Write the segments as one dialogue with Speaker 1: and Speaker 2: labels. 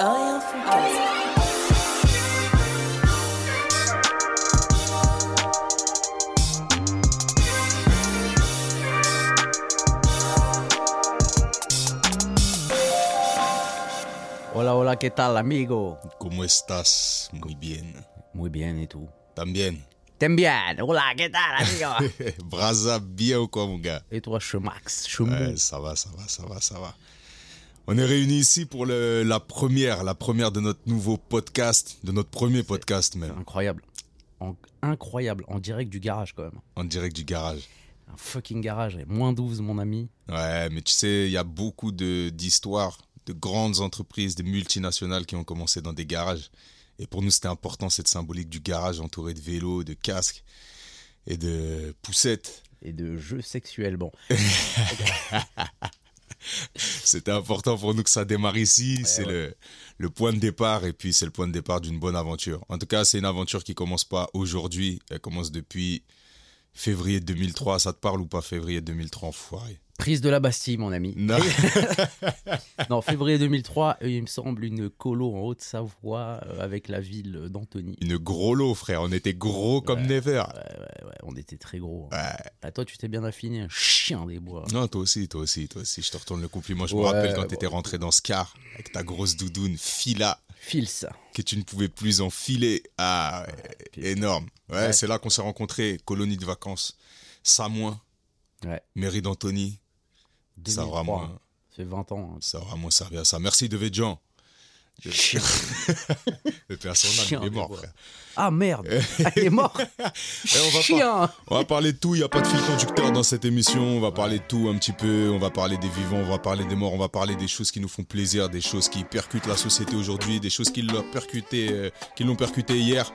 Speaker 1: Rien fantastique.
Speaker 2: Hola, hola, ¿qué tal, amigo?
Speaker 3: ¿Cómo estás? Muy bien.
Speaker 2: Muy bien, ¿y tú?
Speaker 3: También.
Speaker 2: T'aimes bien? Hola, ¿qué tal, amigo?
Speaker 3: Brasa bien ou quoi, mon gars
Speaker 2: Et toi, je suis Max, je suis
Speaker 3: Ouais,
Speaker 2: Mou.
Speaker 3: ça va, ça va, ça va, ça va. On est réunis ici pour le- la première, la première de notre nouveau podcast, de notre premier podcast même,
Speaker 2: Incroyable. En- incroyable, en direct du garage, quand même.
Speaker 3: en direct du garage.
Speaker 2: Un fucking garage, et moins 12, mon ami.
Speaker 3: Ouais, mais tu sais, il y a beaucoup de- d'histoires, de, grandes entreprises, des multinationales qui ont commencé dans des garages. Et pour nous, c'était important cette symbolique du garage entouré de vélos, de casques et de poussettes.
Speaker 2: Et de jeux sexuels, bon.
Speaker 3: C'était important pour nous que ça démarre ici. c'est
Speaker 2: ouais.
Speaker 3: le, le point de départ et puis c'est le point de départ d'une bonne aventure. En tout cas, c'est une aventure qui commence pas aujourd'hui. Elle commence depuis février 2003. Ça te parle ou pas février 2003, enfoiré
Speaker 2: Prise de la Bastille, mon ami.
Speaker 3: Non.
Speaker 2: Non, février 2003, euh, il me semble une colo en Haute-Savoie euh, avec la ville d'Antony.
Speaker 3: Une gros lot, frère. On était gros comme never.
Speaker 2: Ouais, on était très gros. hein.
Speaker 3: Ouais.
Speaker 2: Ah, toi, tu t'es bien affiné, un chien des bois.
Speaker 3: Non, toi aussi, toi aussi, toi aussi. Je te retourne le compliment. Je me
Speaker 2: Ouais,
Speaker 3: rappelle quand
Speaker 2: bon.
Speaker 3: t'étais rentré dans Scar avec ta grosse doudoune fila
Speaker 2: File ça.
Speaker 3: que tu ne pouvais plus enfiler. Ah,
Speaker 2: puis-
Speaker 3: énorme. Ouais,
Speaker 2: Ouais.
Speaker 3: c'est là qu'on s'est rencontrés. Colonie de vacances. Samoin.
Speaker 2: Ouais.
Speaker 3: Mairie d'Antony. Ça
Speaker 2: 2003,
Speaker 3: aura moins-
Speaker 2: hein. Ça fait 20 ans. hein.
Speaker 3: Ça aura moins servi à ça. Merci de Vedjan.
Speaker 2: Chien.
Speaker 3: Le personnage
Speaker 2: Chien,
Speaker 3: il est
Speaker 2: mais
Speaker 3: mort,
Speaker 2: voilà.
Speaker 3: frère.
Speaker 2: Ah merde, il est mort.
Speaker 3: on va
Speaker 2: Chien.
Speaker 3: On va parler de tout, il n'y a pas de fil conducteur dans cette émission. On va parler de tout un petit peu. On va parler des vivants, on va parler des morts, on va parler des choses qui nous font plaisir, des choses qui percutent la société aujourd'hui, des choses qui l'ont percuté, euh, qui l'ont percuté hier.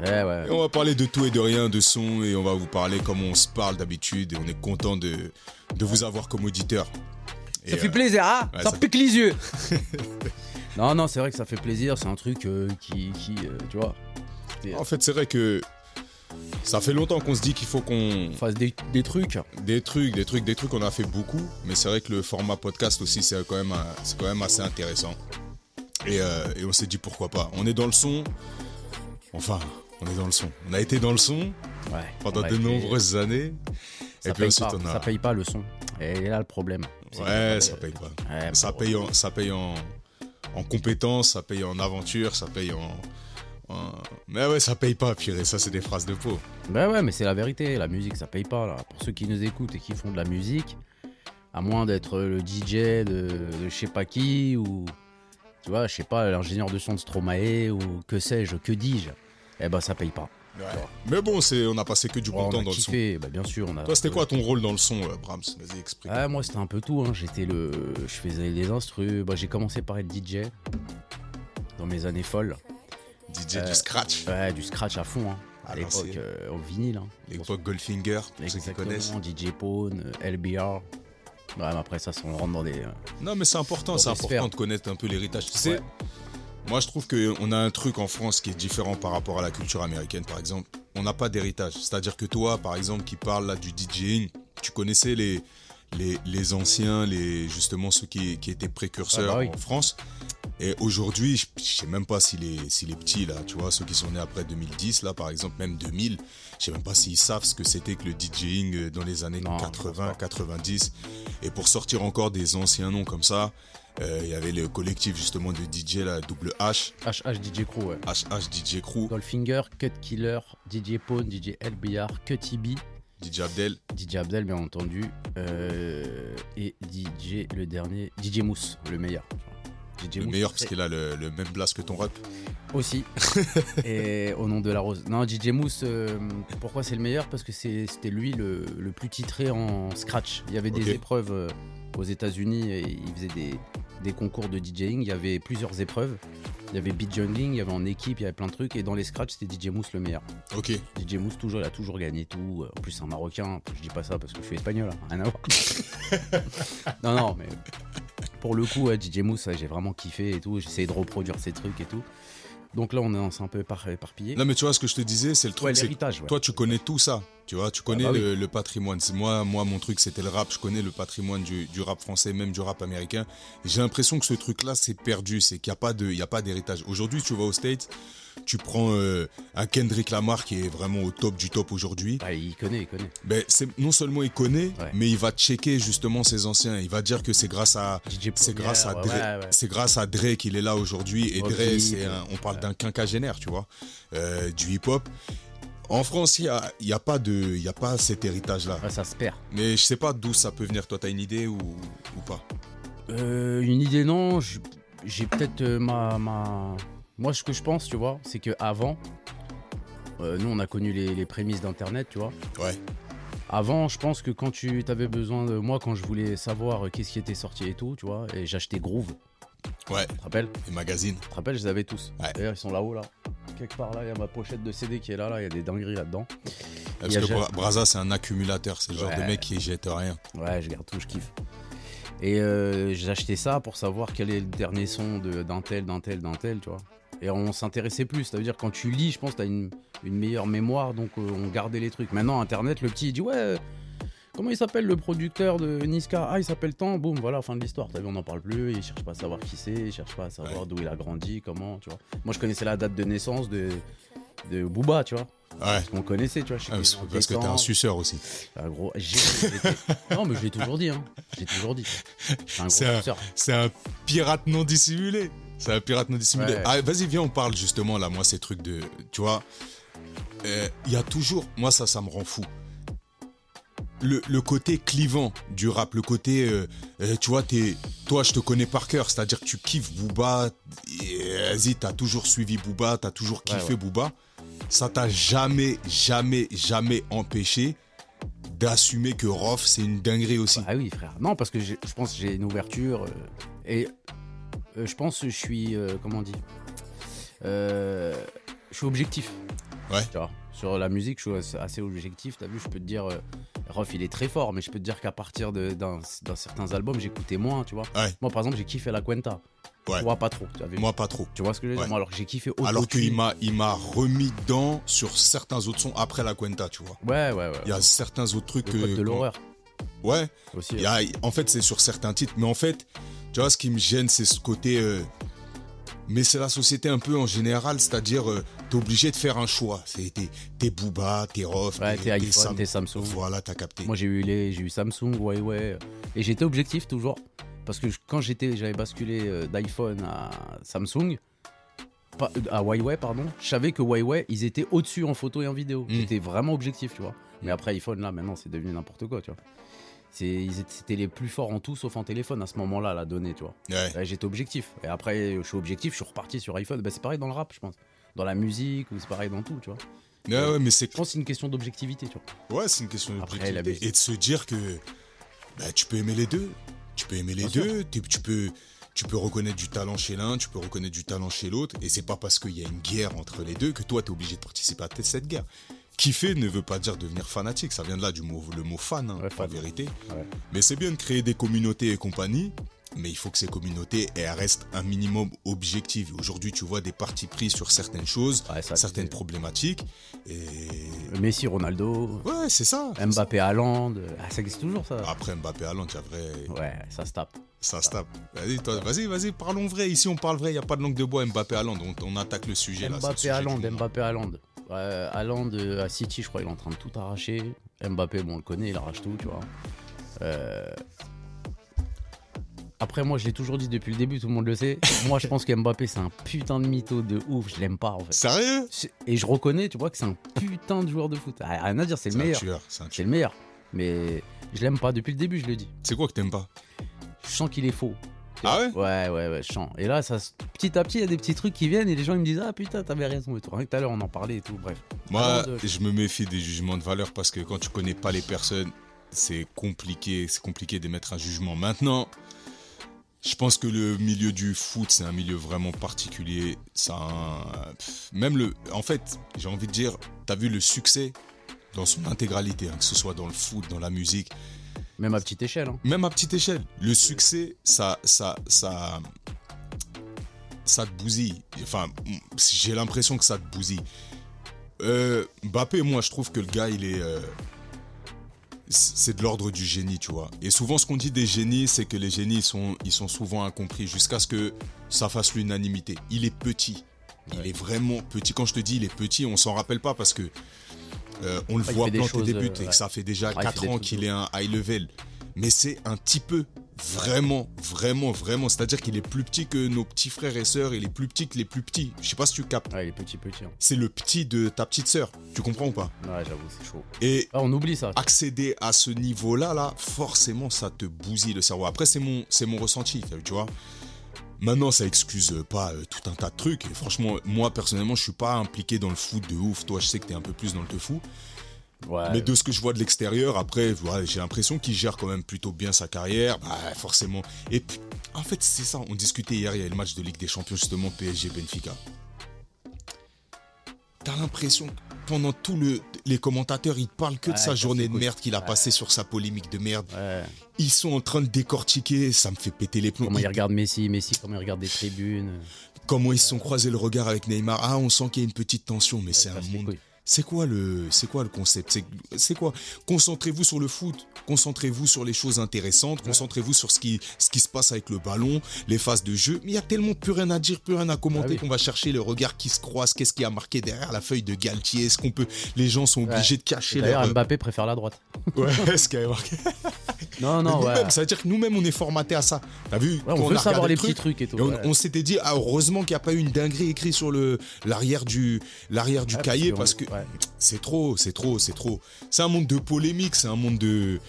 Speaker 2: Eh Ouais, ouais.
Speaker 3: Et on va parler de tout et de rien, de son, et on va vous parler comme on se parle d'habitude. Et on est content de, de vous avoir comme auditeur.
Speaker 2: Ça fait plaisir, hein
Speaker 3: ouais,
Speaker 2: Ça
Speaker 3: ça-
Speaker 2: pique les yeux Non, non, c'est vrai que ça fait plaisir, c'est un truc euh, qui, qui euh, tu vois,
Speaker 3: euh, En fait, c'est vrai que ça fait longtemps qu'on se dit qu'il faut qu'on
Speaker 2: fasse des, des trucs.
Speaker 3: des trucs, des trucs, des trucs, on a fait beaucoup, mais c'est vrai que le format podcast aussi, c'est quand même, un- c'est quand même assez intéressant. Et, euh, et on s'est dit pourquoi pas. On est dans le son. Enfin, on est dans le son. On a été dans le son
Speaker 2: Ouais.
Speaker 3: pendant
Speaker 2: on a
Speaker 3: de
Speaker 2: été-
Speaker 3: nombreuses années.
Speaker 2: Ça
Speaker 3: et puis
Speaker 2: paye,
Speaker 3: ensuite,
Speaker 2: pas,
Speaker 3: on a.
Speaker 2: ça paye pas le son. Et là, le problème. c'est
Speaker 3: ouais,
Speaker 2: que-
Speaker 3: ça paye pas.
Speaker 2: Ouais,
Speaker 3: Ça
Speaker 2: bon,
Speaker 3: paye en, ça paye en, en compétences, ça paye en aventure, ça paye en. en- Mais ouais, ça paye pas, purée. Ça, c'est des phrases de peau.
Speaker 2: Bah ouais, mais c'est la vérité, la musique ça paye pas là. Pour ceux qui nous écoutent et qui font de la musique, à moins d'être le DJ de, de je sais pas qui ou tu vois, je sais pas, l'ingénieur de son de Stromae ou que sais-je, que dis-je, eh ben ça paye pas.
Speaker 3: Mais bon, c'est, on a passé que du bon
Speaker 2: Ouais, on
Speaker 3: temps
Speaker 2: a
Speaker 3: dans le son.
Speaker 2: kiffé, bah bien sûr, on a.
Speaker 3: Toi, c'était quoi ton rôle dans le son, euh, Brahms Vas-y, explique.
Speaker 2: Ah, moi c'était un peu tout, hein. j'étais le. Je faisais les instrus, bah, j'ai commencé par être DJ dans mes années folles.
Speaker 3: DJ
Speaker 2: Euh,
Speaker 3: du scratch.
Speaker 2: Ouais, du scratch à fond, hein.
Speaker 3: Ah,
Speaker 2: à l'époque,
Speaker 3: l'ancienne.
Speaker 2: euh, au vinyle. hein.
Speaker 3: L'époque Goldfinger, pour ceux qui connaissent.
Speaker 2: Exactement, DJ Pone, euh, LBR. Ouais, mais après ça, ça, on rentre dans des. euh,
Speaker 3: Non, mais c'est important,
Speaker 2: Dans
Speaker 3: c'est
Speaker 2: des
Speaker 3: important
Speaker 2: sphères.
Speaker 3: de connaître un peu l'héritage. Tu sais,
Speaker 2: Ouais.
Speaker 3: moi, je trouve qu'on a un truc en France qui est différent par rapport à la culture américaine, par exemple. On n'a pas d'héritage. C'est-à-dire que toi, par exemple, qui parle là du DJing, tu connaissais les, les, les anciens, les, justement ceux qui, qui étaient précurseurs
Speaker 2: Ah bah oui.
Speaker 3: en France. Et aujourd'hui, je je sais même pas si les, si les petits, là, tu vois, ceux qui sont nés après 2010, là, par exemple, même 2000, je sais même pas s'ils savent ce que c'était que le DJing euh, dans les années
Speaker 2: Non, je
Speaker 3: 80,
Speaker 2: pense
Speaker 3: 90. Et pour sortir encore des anciens noms comme ça, euh, il y avait le collectif justement de DJ, là, double H,
Speaker 2: HH DJ Crew, ouais.
Speaker 3: HH DJ Crew,
Speaker 2: Goldfinger, Cut Killer, DJ Pone, DJ LBR, Cutty B,
Speaker 3: DJ Abdel,
Speaker 2: DJ Abdel, bien entendu, euh, et DJ, le dernier, DJ Mousse, le meilleur. DJ
Speaker 3: le
Speaker 2: Mousse,
Speaker 3: meilleur parce
Speaker 2: c'est-
Speaker 3: qu'il a le, le même blast que ton rap.
Speaker 2: Aussi. et au nom de la rose. Non, DJ Mousse, euh, pourquoi c'est le meilleur Parce que c'est- c'était lui le, le plus titré en scratch. Il y avait des
Speaker 3: Ok.
Speaker 2: épreuves euh, aux États-Unis et il faisait des, des concours de DJing. Il y avait plusieurs épreuves. Il y avait beat jungling, il y avait en équipe, il y avait plein de trucs. Et dans les scratchs, c'était DJ Mousse le meilleur.
Speaker 3: Ok,
Speaker 2: DJ Mousse, toujours, il a toujours gagné tout. En plus, c'est un Marocain. Je dis pas ça parce que je suis espagnol, hein. rien à voir. non, non, mais pour le coup, ouais, DJ Mousse, ouais, j'ai vraiment kiffé et tout. J'ai essayé de reproduire ces trucs et tout. Donc là, on est on s'est un peu épar- éparpillé.
Speaker 3: Non, mais tu vois, ce que je te disais, c'est le
Speaker 2: Ouais,
Speaker 3: truc. c'est que
Speaker 2: l'héritage, ouais.
Speaker 3: toi, tu connais tout ça. Tu vois, tu connais
Speaker 2: bah oui.
Speaker 3: le, le patrimoine. C'est moi, moi, mon truc, c'était le rap. Je connais le patrimoine du, du rap français, même du rap américain. Et J'ai l'impression que ce truc-là, c'est perdu. C'est qu'il n'y a pas de, il y a pas d'héritage. Aujourd'hui, tu vas aux States, tu prends euh, un Kendrick Lamar qui est vraiment au top du top aujourd'hui.
Speaker 2: Bah, il connaît, il connaît.
Speaker 3: Ben, c'est non seulement il connaît,
Speaker 2: Ouais.
Speaker 3: mais il va checker justement ses anciens. Il va dire que c'est grâce à,
Speaker 2: DJ
Speaker 3: c'est
Speaker 2: Premier,
Speaker 3: grâce à
Speaker 2: ouais,
Speaker 3: Dre.
Speaker 2: ouais, ouais.
Speaker 3: C'est grâce à Dre qu'il est là aujourd'hui. Et
Speaker 2: Bobby,
Speaker 3: Dre, c'est
Speaker 2: ouais.
Speaker 3: un- on parle d'un quinquagénaire, tu vois, euh, du hip-hop. En France, il n'y a, il y a pas de, il y a pas cet héritage-là.
Speaker 2: Ouais, ça se perd.
Speaker 3: Mais je sais pas d'où ça peut venir. Toi, t'as une idée ou, ou pas
Speaker 2: Euh, une idée, non. je- J'ai peut-être euh, ma, ma. Moi, ce que je pense, tu vois, c'est que avant, euh, nous, on a connu les, les prémices d'Internet, tu vois.
Speaker 3: Ouais.
Speaker 2: Avant, je pense que quand tu avais besoin de moi, quand je voulais savoir euh, qu'est-ce qui était sorti et tout, tu vois, et j'achetais Groove.
Speaker 3: Ouais,
Speaker 2: Tu te rappelles
Speaker 3: les magazines.
Speaker 2: Tu te rappelles, je les avais tous.
Speaker 3: Ouais.
Speaker 2: D'ailleurs, ils sont là-haut, là. Quelque part, là, il y a ma pochette de CD qui est là, là, il y a des dingueries là-dedans. Il
Speaker 3: Parce
Speaker 2: y a
Speaker 3: que
Speaker 2: jamais-
Speaker 3: Bra- Braza, c'est un accumulateur. C'est le genre de
Speaker 2: Ouais.
Speaker 3: mec qui jette rien.
Speaker 2: Ouais, je garde tout, je kiffe. Et euh, j'achetais ça pour savoir quel est le dernier son de- d'un tel, d'un tel, d'un tel, tu vois. Et on s'intéressait plus, ça veut dire quand tu lis, je pense, t'as une, une meilleure mémoire, donc euh, on gardait les trucs. Maintenant, Internet, le petit, il dit ouais, euh, comment il s'appelle le producteur de Niska Ah, il s'appelle tant, boum, voilà, fin de l'histoire. T'as vu, on n'en parle plus, il cherche pas à savoir qui c'est, il cherche pas à savoir d'où il a grandi, comment, tu vois. Moi, je connaissais la date de naissance de, de Booba, tu vois,
Speaker 3: Ouais.
Speaker 2: qu'on connaissait, tu vois. je sais
Speaker 3: Ah,
Speaker 2: qu'il
Speaker 3: parce-
Speaker 2: est en
Speaker 3: parce que t'es un
Speaker 2: détente.
Speaker 3: suceur aussi.
Speaker 2: Un gros. j'ai- j'étais- non, mais je l'ai toujours dit. Hein. J'ai toujours dit. C'est un gros
Speaker 3: C'est un-
Speaker 2: suceur.
Speaker 3: C'est un pirate non dissimulé. C'est un pirate non dissimulé.
Speaker 2: Ouais.
Speaker 3: Ah, vas-y, viens, on parle justement là, moi, ces trucs de. Tu vois, euh, il y a toujours. Moi, ça, ça me rend fou. Le, le côté clivant du rap, le côté. euh, euh, tu vois, t'es, toi, je te connais par cœur, c'est-à-dire que tu kiffes Booba. et, euh, Vas-y, t'as toujours suivi Booba, t'as toujours
Speaker 2: Ouais,
Speaker 3: kiffé
Speaker 2: ouais.
Speaker 3: Booba. Ça t'a jamais, jamais, jamais empêché d'assumer que Rof, c'est une dinguerie aussi.
Speaker 2: Ah oui, frère. Non, parce que j'ai- je pense que j'ai une ouverture. euh, et euh, je pense que je suis. euh, comment on dit Euh, Je suis objectif.
Speaker 3: Ouais.
Speaker 2: Tu vois, sur la musique, je suis assez objectif. T'as vu, je peux te dire. euh, Rof, il est très fort, mais je peux te dire qu'à partir de- d'un d'un certains albums, j'écoutais moins, tu vois.
Speaker 3: Ouais.
Speaker 2: Moi, par exemple, j'ai kiffé La Cuenta.
Speaker 3: Ouais.
Speaker 2: Tu vois, pas trop. Tu, avais-
Speaker 3: Moi, pas trop.
Speaker 2: tu vois ce que je veux dire
Speaker 3: Ouais.
Speaker 2: Moi, alors que j'ai kiffé
Speaker 3: Alors
Speaker 2: Autotune.
Speaker 3: qu'il m'a, il m'a remis dedans sur certains autres sons après la Cuenta, tu vois.
Speaker 2: Ouais, ouais, ouais.
Speaker 3: Il y a certains autres trucs
Speaker 2: Le code de
Speaker 3: que.
Speaker 2: l'horreur
Speaker 3: ouais.
Speaker 2: aussi. euh,
Speaker 3: Il y a, en fait, c'est sur certains titres. Mais en fait, tu vois, ce qui me gêne, c'est ce côté. euh, mais c'est la société un peu en général, c'est-à-dire, euh, t'es obligé de faire un choix. C'est, t'es, t'es Booba, t'es Rof,
Speaker 2: Ouais, t'es iPhone,
Speaker 3: Sam.
Speaker 2: t'es Samsung.
Speaker 3: Voilà, t'as capté.
Speaker 2: Moi j'ai eu les, j'ai eu Samsung, Huawei, euh, et j'étais objectif toujours, parce que je- quand j'étais, j'avais basculé euh, d'iPhone à Samsung, pas- euh, à Huawei pardon, je savais que Huawei ils étaient au-dessus en photo et en vidéo.
Speaker 3: Mm.
Speaker 2: J'étais vraiment objectif, tu vois. Mais après iPhone là maintenant c'est devenu n'importe quoi, tu vois. C'est, ils étaient, c'était les plus forts en tout sauf en téléphone à ce moment-là la donnée, tu vois.
Speaker 3: Ouais.
Speaker 2: Ouais, j'étais objectif. Et après je suis objectif, je suis reparti sur iPhone. Bah, c'est pareil dans le rap, je pense, dans la musique ou c'est pareil dans tout, tu vois.
Speaker 3: Ouais, ouais, mais c'est,
Speaker 2: Je pense que c'est une question d'objectivité, tu vois.
Speaker 3: ouais, c'est une question
Speaker 2: Après,
Speaker 3: d'objectivité.
Speaker 2: la musique.
Speaker 3: Et de se dire que, bah, tu peux aimer les deux. Tu peux aimer les
Speaker 2: Bien sûr.
Speaker 3: deux. t'es- Tu peux, tu peux reconnaître du talent chez l'un, tu peux reconnaître du talent chez l'autre. Et c'est pas parce qu'il y a une guerre entre les deux que toi, t'es obligé de participer à t- cette guerre. Kiffer ne veut pas dire devenir fanatique. Ça vient de là du mot, le mot fan, hein,
Speaker 2: Ouais,
Speaker 3: en
Speaker 2: fan.
Speaker 3: vérité.
Speaker 2: Ouais.
Speaker 3: Mais c'est bien de créer des communautés et compagnie. Mais il faut que ces communautés elles restent un minimum objectives. Aujourd'hui, tu vois des partis pris sur certaines choses,
Speaker 2: Ouais, ça,
Speaker 3: certaines
Speaker 2: c'est-
Speaker 3: problématiques. Et
Speaker 2: Messi, Ronaldo,
Speaker 3: ouais, c'est ça. c'est ça.
Speaker 2: Mbappé, Haaland, ah, ça existe toujours ça.
Speaker 3: Après Mbappé Haaland, il y a vrai,
Speaker 2: Ouais, ça se tape.
Speaker 3: ça se tape. Vas-y, toi, vas-y, vas-y, parlons vrai. Ici, on parle vrai, il n'y a pas de langue de bois. Mbappé Haaland, on, on attaque le sujet là. c'est hein. le
Speaker 2: Mbappé,
Speaker 3: sujet du
Speaker 2: Haaland,
Speaker 3: moment.
Speaker 2: Mbappé, Haaland. Ouais, Haaland euh, à City, je crois, il est en train de tout arracher. Mbappé, bon, on le connaît, il arrache tout, tu vois. Euh, Après, moi, je l'ai toujours dit depuis le début, tout le monde le sait. moi, je pense que Mbappé, c'est un putain de mytho de ouf, je l'aime pas en fait.
Speaker 3: Sérieux
Speaker 2: C'est- Et je reconnais, tu vois, que c'est un putain de joueur de foot. Ah, Rien à dire, c'est le
Speaker 3: C'est un
Speaker 2: meilleur.
Speaker 3: tueur. C'est un
Speaker 2: C'est
Speaker 3: tueur.
Speaker 2: le meilleur. Mais je l'aime pas depuis le début, je le dis.
Speaker 3: C'est quoi que t'aimes pas
Speaker 2: Je sens qu'il est faux.
Speaker 3: Ah ouais
Speaker 2: Ouais, ouais, ouais, je sens. Et là, ça, se- petit à petit, il y a des petits trucs qui viennent et les gens ils me disent Ah putain, t'avais raison et tout. Rien que tout à l'heure, on en parlait et tout. Bref.
Speaker 3: Moi,
Speaker 2: Haaland,
Speaker 3: je me méfie des jugements de valeur parce que quand tu connais pas les personnes, c'est compliqué. C'est compliqué d'émettre un jugement. Maintenant, je pense que le milieu du foot, c'est un milieu vraiment particulier. Ça, a un- pff, même le, en fait, j'ai envie de dire, t'as vu le succès dans son intégralité, hein, que ce soit dans le foot, dans la musique.
Speaker 2: Même à petite échelle. Hein.
Speaker 3: même à petite échelle, le succès, ça, ça, ça, ça te bousille. Enfin, j'ai l'impression que ça te bousille. Euh, Mbappé, moi, je trouve que le gars, il est. euh, c'est de l'ordre du génie, tu vois. Et souvent, ce qu'on dit des génies, c'est que les génies, ils sont, ils sont souvent incompris jusqu'à ce que ça fasse l'unanimité. Il est petit. Il
Speaker 2: Ouais.
Speaker 3: est vraiment petit. Quand je te dis il est petit, on s'en rappelle pas parce que euh, on le
Speaker 2: Ouais, il
Speaker 3: voit
Speaker 2: fait des
Speaker 3: planter
Speaker 2: choses,
Speaker 3: des
Speaker 2: euh,
Speaker 3: buts et
Speaker 2: ouais.
Speaker 3: que ça fait déjà
Speaker 2: Ouais, il
Speaker 3: 4
Speaker 2: fait des
Speaker 3: ans
Speaker 2: trucs
Speaker 3: qu'il
Speaker 2: de
Speaker 3: est un high level. Mais c'est un petit peu, vraiment, vraiment, vraiment. C'est-à-dire qu'il est plus petit que nos petits frères et sœurs, il est plus petit que les plus petits. Je sais pas si tu captes.
Speaker 2: Ouais, il est petit, petit. hein.
Speaker 3: C'est le petit de ta petite sœur. Tu comprends ou pas
Speaker 2: Ouais, j'avoue, c'est chaud.
Speaker 3: Et
Speaker 2: Ah, on oublie ça.
Speaker 3: accéder à ce niveau-là, là, forcément, ça te bousille le cerveau. Après, c'est mon, c'est mon ressenti, tu vois. Maintenant, ça excuse euh, pas euh, tout un tas de trucs. Et franchement, moi, personnellement, je suis pas impliqué dans le foot de ouf. Toi, je sais que t'es un peu plus dans le te fou.
Speaker 2: Ouais,
Speaker 3: Mais de ce que je vois de l'extérieur, après, voilà, j'ai l'impression qu'il gère quand même plutôt bien sa carrière. Bah, forcément. Et puis, en fait, c'est ça. On discutait hier, il y a le match de Ligue des Champions, justement, PSG-Benfica. T'as l'impression que pendant tout le. Les commentateurs, ils parlent que
Speaker 2: Ouais, bah,
Speaker 3: de sa
Speaker 2: ça,
Speaker 3: journée de
Speaker 2: c'est
Speaker 3: merde qu'il a
Speaker 2: cool.
Speaker 3: passée sur sa polémique de merde.
Speaker 2: ouais.
Speaker 3: Ils sont en train de décortiquer, ça me fait péter les plombs.
Speaker 2: Comment
Speaker 3: Ils-
Speaker 2: il regarde Messi, Messi, comment il regarde des tribunes.
Speaker 3: comment ils se sont croisés le regard avec Neymar. Ah, on sent qu'il y a une petite tension, mais c'est
Speaker 2: Ça
Speaker 3: un
Speaker 2: casse les
Speaker 3: monde
Speaker 2: couilles.
Speaker 3: C'est quoi le, c'est quoi le concept C'est- C'est quoi Concentrez-vous sur le foot, concentrez-vous sur les choses intéressantes, concentrez-vous sur ce qui, ce qui se passe avec le ballon, les phases de jeu. Mais il y a tellement plus rien à dire, plus rien à commenter
Speaker 2: Ah oui.
Speaker 3: qu'on va chercher le regard qui se croise. Qu'est-ce qui a marqué derrière la feuille de Galtier Est-ce qu'on peut Les gens sont obligés de cacher leur. euh,
Speaker 2: D'ailleurs, Mbappé préfère la droite.
Speaker 3: Ouais, ce qui a marqué.
Speaker 2: Non, non, ouais.
Speaker 3: ça veut dire que nous-mêmes on est formaté à ça. T'as vu
Speaker 2: Ouais,
Speaker 3: Quand
Speaker 2: on
Speaker 3: a
Speaker 2: veut
Speaker 3: regardé
Speaker 2: savoir
Speaker 3: le
Speaker 2: les
Speaker 3: truc,
Speaker 2: petits trucs et tout.
Speaker 3: et on
Speaker 2: ouais.
Speaker 3: on s'était dit, ah, heureusement qu'il n'y a pas eu une dinguerie écrite sur le l'arrière du, l'arrière du
Speaker 2: Ouais,
Speaker 3: cahier parce que
Speaker 2: ouais.
Speaker 3: c'est trop, c'est trop, c'est trop. C'est un monde de polémique, c'est un monde de.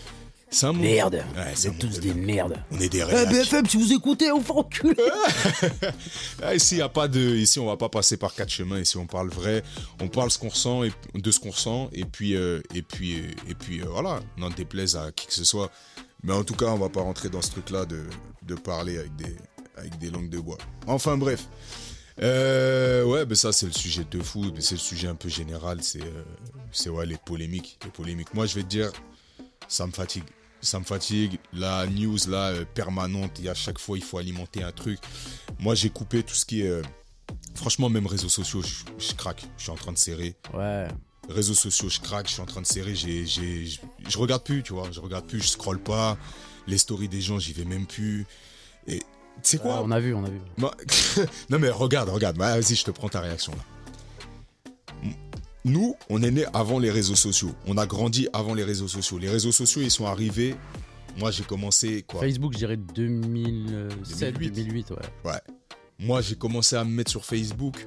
Speaker 3: C'est un monde.
Speaker 2: Merde
Speaker 3: Ouais,
Speaker 2: Vous
Speaker 3: c'est un
Speaker 2: êtes
Speaker 3: monde
Speaker 2: tous
Speaker 3: de-
Speaker 2: des merdes
Speaker 3: On est des
Speaker 2: Eh,
Speaker 3: réacs.
Speaker 2: BFM, si vous écoutez, on fait enculer
Speaker 3: Ah, ici, y a pas de, ici, on va pas passer par quatre chemins. Ici, on parle vrai, on parle ce qu'on ressent et de ce qu'on ressent, et puis, euh, et puis, euh, et puis, euh, voilà. N'en déplaise à qui que ce soit. Mais en tout cas, on va pas rentrer dans ce truc-là de, de parler avec des, avec des langues de bois. Enfin, bref. Euh, ouais, ben ça, c'est le sujet de foot, mais c'est le sujet un peu général. C'est, euh, c'est ouais, les polémiques, les polémiques. Moi, je vais te dire, ça me fatigue. Ça me fatigue. La news là euh, permanente, et à chaque fois il faut alimenter un truc. Moi j'ai coupé tout ce qui est. euh, franchement, même réseaux sociaux, je, je craque. Je suis en train de serrer.
Speaker 2: Ouais,
Speaker 3: Réseaux sociaux, je craque. Je suis en train de serrer. J'ai, j'ai, je, je regarde plus, tu vois. Je regarde plus. Je scrolle pas. Les stories des gens, j'y vais même plus. Et tu sais
Speaker 2: Ouais,
Speaker 3: quoi
Speaker 2: Ah, on a vu, on a vu.
Speaker 3: bah, non mais regarde, regarde, Bah, vas-y, je te prends ta réaction là. Nous, on est nés avant les réseaux sociaux. On a grandi avant les réseaux sociaux. Les réseaux sociaux, ils sont arrivés. Moi, j'ai commencé quoi
Speaker 2: Facebook, je dirais 2007,
Speaker 3: 2008.
Speaker 2: 2008, ouais.
Speaker 3: Moi, j'ai commencé à me mettre sur Facebook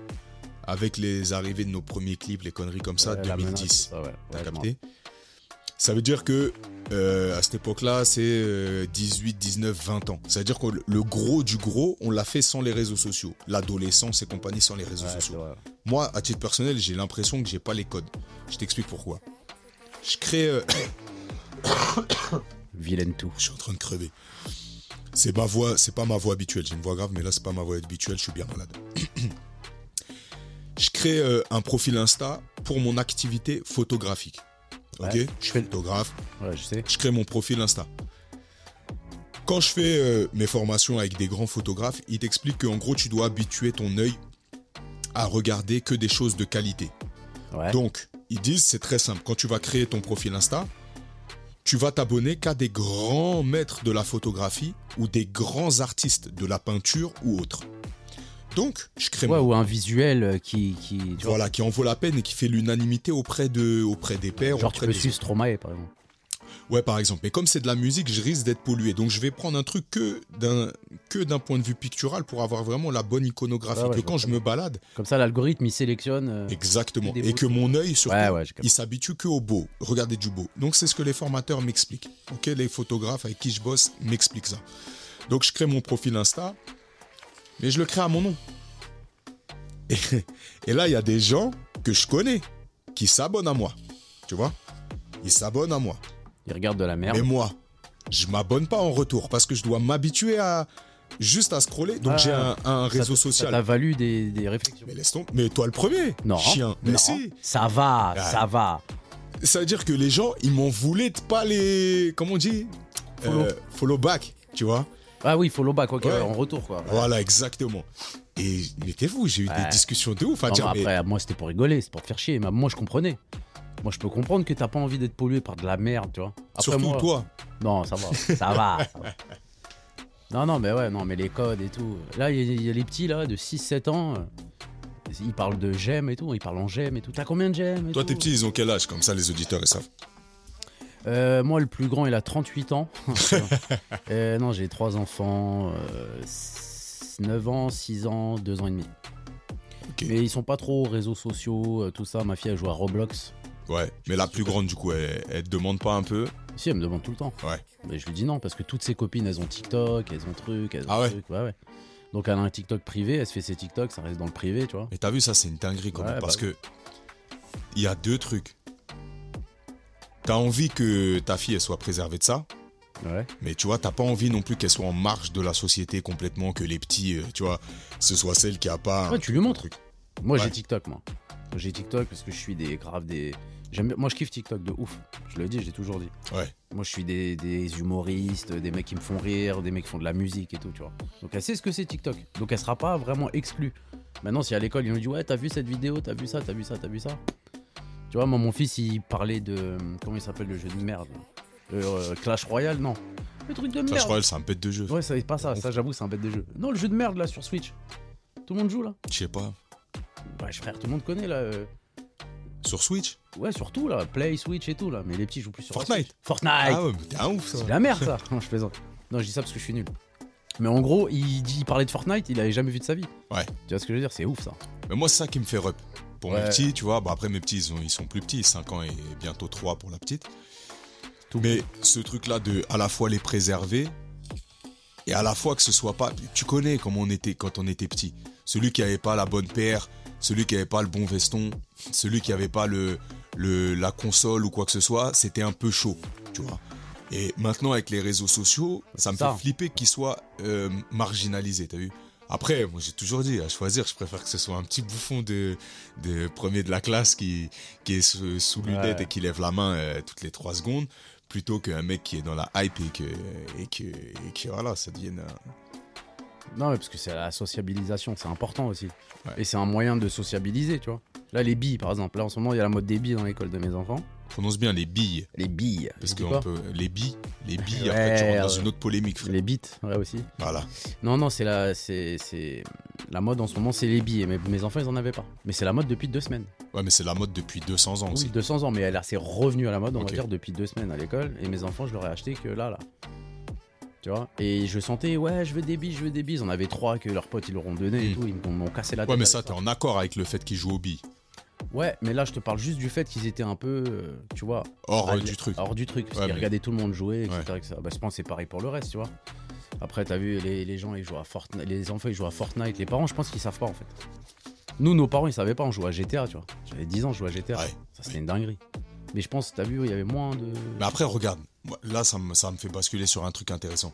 Speaker 3: avec les arrivées de nos premiers clips, les conneries comme ça,
Speaker 2: Ouais, la menace,
Speaker 3: 2010.
Speaker 2: ça, ouais. Ouais,
Speaker 3: T'as
Speaker 2: je m'en
Speaker 3: capté Ça veut dire que euh, à cette époque-là, c'est euh, 18, 19, 20 ans. Ça veut dire que le gros du gros, on l'a fait sans les réseaux sociaux. L'adolescence et compagnie sans les réseaux
Speaker 2: rappelle. Ouais, c'est
Speaker 3: sociaux.
Speaker 2: vrai.
Speaker 3: Moi, à titre personnel, j'ai l'impression que j'ai pas les codes. Je t'explique pourquoi. Je crée. euh,
Speaker 2: Vilaine tout.
Speaker 3: je suis en train de crever. C'est ma voix, c'est pas ma voix habituelle. J'ai une voix grave, mais là c'est pas ma voix habituelle. Je suis bien malade. je crée euh, un profil Insta pour mon activité photographique. Ok,
Speaker 2: Ouais.
Speaker 3: je suis photographe.
Speaker 2: Ouais, je sais.
Speaker 3: Je crée mon profil Insta. Quand je fais euh, mes formations avec des grands photographes, ils t'expliquent qu'en gros tu dois habituer ton œil à regarder que des choses de qualité.
Speaker 2: Ouais.
Speaker 3: Donc, ils disent c'est très simple. Quand tu vas créer ton profil Insta, tu vas t'abonner qu'à des grands maîtres de la photographie ou des grands artistes de la peinture ou autres. Donc, je crée
Speaker 2: ouais,
Speaker 3: mon-
Speaker 2: ou un visuel euh, qui. qui tu vois,
Speaker 3: voilà qui en vaut la peine et qui fait l'unanimité auprès de auprès des pairs.
Speaker 2: genre, tu
Speaker 3: auprès
Speaker 2: peux
Speaker 3: des-
Speaker 2: suivre Stromae, par exemple.
Speaker 3: Ouais, par exemple. Mais comme c'est de la musique, je risque d'être pollué. Donc, je vais prendre un truc que d'un que d'un point de vue pictural pour avoir vraiment la bonne iconographie.
Speaker 2: Ouais, ouais,
Speaker 3: que
Speaker 2: je vois
Speaker 3: quand je
Speaker 2: très
Speaker 3: me balade,
Speaker 2: Comme ça, l'algorithme, il sélectionne. euh,
Speaker 3: exactement,
Speaker 2: Que des
Speaker 3: et
Speaker 2: beaux
Speaker 3: que mon œil surtout
Speaker 2: Ouais, ouais, j'ai capté.
Speaker 3: Il s'habitue que au beau. Regardez du beau. Donc c'est ce que les formateurs m'expliquent. Ok, les photographes avec qui je bosse m'expliquent ça. Donc je crée mon profil Insta, mais je le crée à mon nom. Et, et là, il y a des gens que je connais qui s'abonnent à moi. Tu vois Ils s'abonnent à moi.
Speaker 2: Il regarde de la merde.
Speaker 3: Mais moi, je m'abonne pas en retour parce que je dois m'habituer à juste à scroller. Donc
Speaker 2: Ah,
Speaker 3: j'ai un, un
Speaker 2: Ça
Speaker 3: réseau
Speaker 2: te-
Speaker 3: social.
Speaker 2: Ça t'a valu des, des réflexions.
Speaker 3: mais laisse tomber. Mais toi le premier.
Speaker 2: Non.
Speaker 3: Chien.
Speaker 2: non.
Speaker 3: Mais si.
Speaker 2: Ça va,
Speaker 3: Ah.
Speaker 2: ça va.
Speaker 3: ça veut dire que les gens, ils m'en voulaient de pas les. Comment on dit euh,
Speaker 2: Follow.
Speaker 3: follow back, tu vois
Speaker 2: Ah oui, follow back, ok,
Speaker 3: Ouais.
Speaker 2: ouais, en retour, quoi.
Speaker 3: Voilà, exactement. Et mettez-vous, j'ai eu
Speaker 2: Ouais.
Speaker 3: des discussions de ouf à
Speaker 2: Non,
Speaker 3: dire,
Speaker 2: mais
Speaker 3: mais
Speaker 2: après, moi, c'était pour rigoler, c'était pour te faire chier. Mais moi, je comprenais. Moi, je peux comprendre que t'as pas envie d'être pollué par de la merde, tu vois. Après,
Speaker 3: surtout
Speaker 2: moi-
Speaker 3: toi.
Speaker 2: Non, ça va, ça va. ça va. Non, non, mais ouais, non, mais les codes et tout. Là, il y, a- il y a les petits, là, de 6-7 ans. euh, Ils parlent de gemmes et tout. Ils parlent en gemmes et tout. T'as combien de gemmes et
Speaker 3: Toi,
Speaker 2: tout
Speaker 3: tes petits, ils ont quel âge Comme ça, les auditeurs, ils savent.
Speaker 2: Euh, Moi, le plus grand, il a 38 ans. Euh, non, j'ai trois enfants. euh, s- 9 ans, 6 ans, 2 ans et demi.
Speaker 3: Ok.
Speaker 2: Mais ils sont pas trop aux réseaux sociaux, euh, tout ça. Ma fille, elle joue à Roblox.
Speaker 3: Ouais, mais la plus grande, du coup, elle, elle te demande pas un peu.
Speaker 2: Si, elle me demande tout le temps.
Speaker 3: Ouais.
Speaker 2: Mais je lui dis non, parce que toutes ses copines, elles ont TikTok, elles ont truc, elles ont
Speaker 3: Ah ouais
Speaker 2: truc. Ouais, ouais. Donc elle a un TikTok privé, elle se fait ses TikTok, ça reste dans le privé, tu vois.
Speaker 3: Mais t'as vu, ça, c'est une dinguerie quand
Speaker 2: Ouais,
Speaker 3: même.
Speaker 2: bah
Speaker 3: Parce que il y a deux trucs. T'as envie que ta fille, elle soit préservée de ça.
Speaker 2: Ouais.
Speaker 3: Mais tu vois, t'as pas envie non plus qu'elle soit en marge de la société complètement, que les petits, euh, tu vois, ce soit celle qui a pas. un
Speaker 2: Ouais, tu lui montres.
Speaker 3: truc.
Speaker 2: Moi,
Speaker 3: Ouais.
Speaker 2: j'ai TikTok, moi. J'ai TikTok parce que je suis des graves des. J'aime bien- Moi, je kiffe TikTok de ouf. Je le dis, j'ai toujours dit.
Speaker 3: Ouais.
Speaker 2: Moi, je suis des, des humoristes, des mecs qui me font rire, des mecs qui font de la musique et tout, tu vois. Donc, elle sait ce que c'est TikTok. Donc, elle sera pas vraiment exclue. Maintenant, si à l'école, ils nous disent Ouais, t'as vu cette vidéo, t'as vu ça, t'as vu ça, t'as vu ça. Tu vois, moi, mon fils, il parlait de. Comment il s'appelle le jeu de merde Euh, Clash Royale, non. Le truc de merde.
Speaker 3: Clash Royale, c'est un bête de jeu.
Speaker 2: Ouais, ça, c'est pas ça. Ça, j'avoue, c'est un bête de jeu. Non, le jeu de merde, là, sur Switch. Tout le monde joue, là.
Speaker 3: Je sais pas.
Speaker 2: Ouais, frère, tout le monde connaît, là. euh,
Speaker 3: Sur Switch
Speaker 2: Ouais, surtout, là. Play, Switch et tout, là. Mais les petits jouent plus sur la
Speaker 3: Fortnite.
Speaker 2: Switch. Fortnite
Speaker 3: Ah ouais, mais t'es un ouf, ça.
Speaker 2: C'est de la merde ça Non, je plaisante. Non, je dis ça parce que je suis nul. Mais en gros, il, dit, il parlait de Fortnite, il avait jamais vu de sa vie.
Speaker 3: Ouais.
Speaker 2: Tu vois ce que je veux dire C'est ouf ça.
Speaker 3: Mais moi, c'est ça qui me fait rep. Pour mes
Speaker 2: Ouais.
Speaker 3: petits, tu vois, bah après mes petits, ils, ont- ils sont plus petits, 5 ans et bientôt 3 pour la petite.
Speaker 2: Tout.
Speaker 3: Mais ce truc-là de à la fois les préserver et à la fois que ce soit pas. Tu connais comment on était quand on était petit. Celui qui avait pas la bonne paire, celui qui avait pas le bon veston, celui qui avait pas le, le- la console ou quoi que ce soit, c'était un peu chaud, tu vois. Et maintenant, avec les réseaux sociaux, ça me
Speaker 2: Ça.
Speaker 3: fait flipper qu'ils soient euh, marginalisés, t'as vu après, moi j'ai toujours dit, à choisir, je préfère que ce soit un petit bouffon de, de premier de la classe qui, qui est sous, sous lunettes
Speaker 2: Ouais.
Speaker 3: et qui lève la main euh, toutes les trois secondes, plutôt qu'un mec qui est dans la hype et que, et que, et que, voilà, ça devienne un-
Speaker 2: Non, mais parce que c'est la sociabilisation, c'est important aussi.
Speaker 3: Ouais.
Speaker 2: Et c'est un moyen de sociabiliser, tu vois. Là, les billes par exemple. Là, en ce moment, il y a la mode des billes dans l'école de mes enfants.
Speaker 3: Prononce bien les billes,
Speaker 2: Les billes.
Speaker 3: parce
Speaker 2: je dis
Speaker 3: que
Speaker 2: quoi
Speaker 3: peut, les billes, les billes,
Speaker 2: Ouais,
Speaker 3: après tu rentres dans
Speaker 2: ouais.
Speaker 3: une autre polémique. frère.
Speaker 2: Les bites, ouais aussi.
Speaker 3: Voilà.
Speaker 2: Non, non, c'est la, c'est, c'est- la mode en ce moment, c'est les billes. Mais mes enfants, ils en avaient pas. Mais c'est la mode depuis deux semaines.
Speaker 3: Ouais, mais c'est la mode depuis 200 ans
Speaker 2: Oui,
Speaker 3: aussi.
Speaker 2: 200 ans, mais elle s'est revenue à la mode, on
Speaker 3: Ok.
Speaker 2: va dire, depuis deux semaines à l'école. Et mes enfants, je leur ai acheté que là, là. Tu vois Et je sentais, ouais, je veux des billes, je veux des billes. On avait trois que leurs potes, ils leur ont donné et
Speaker 3: Mm.
Speaker 2: tout. Ils m'ont m'ont cassé la tête.
Speaker 3: Ouais, mais
Speaker 2: avec
Speaker 3: ça, t'es en accord avec le fait qu'ils jouent aux billes,
Speaker 2: Ouais, mais là, je te parle juste du fait qu'ils étaient un peu, euh, tu vois,
Speaker 3: hors euh,
Speaker 2: allé-
Speaker 3: du truc.
Speaker 2: hors du truc. Parce
Speaker 3: Ouais,
Speaker 2: qu'ils
Speaker 3: mais-
Speaker 2: regardaient tout le monde jouer, etc.
Speaker 3: Ouais.
Speaker 2: etc. Bah, je pense que c'est pareil pour le reste, tu vois. Après, t'as vu, les, les gens, ils jouent à Fortnite. Les enfants, ils jouent à Fortnite. Les parents, je pense qu'ils savent pas, en fait. Nous, nos parents, ils savaient pas. On jouait à GTA, tu vois. J'avais 10 ans, je jouais à GTA.
Speaker 3: Ouais.
Speaker 2: Ça, c'était une dinguerie. Mais je pense, t'as vu, il y avait moins de.
Speaker 3: Mais après, regarde, moi, là, ça me, ça me fait basculer sur un truc intéressant.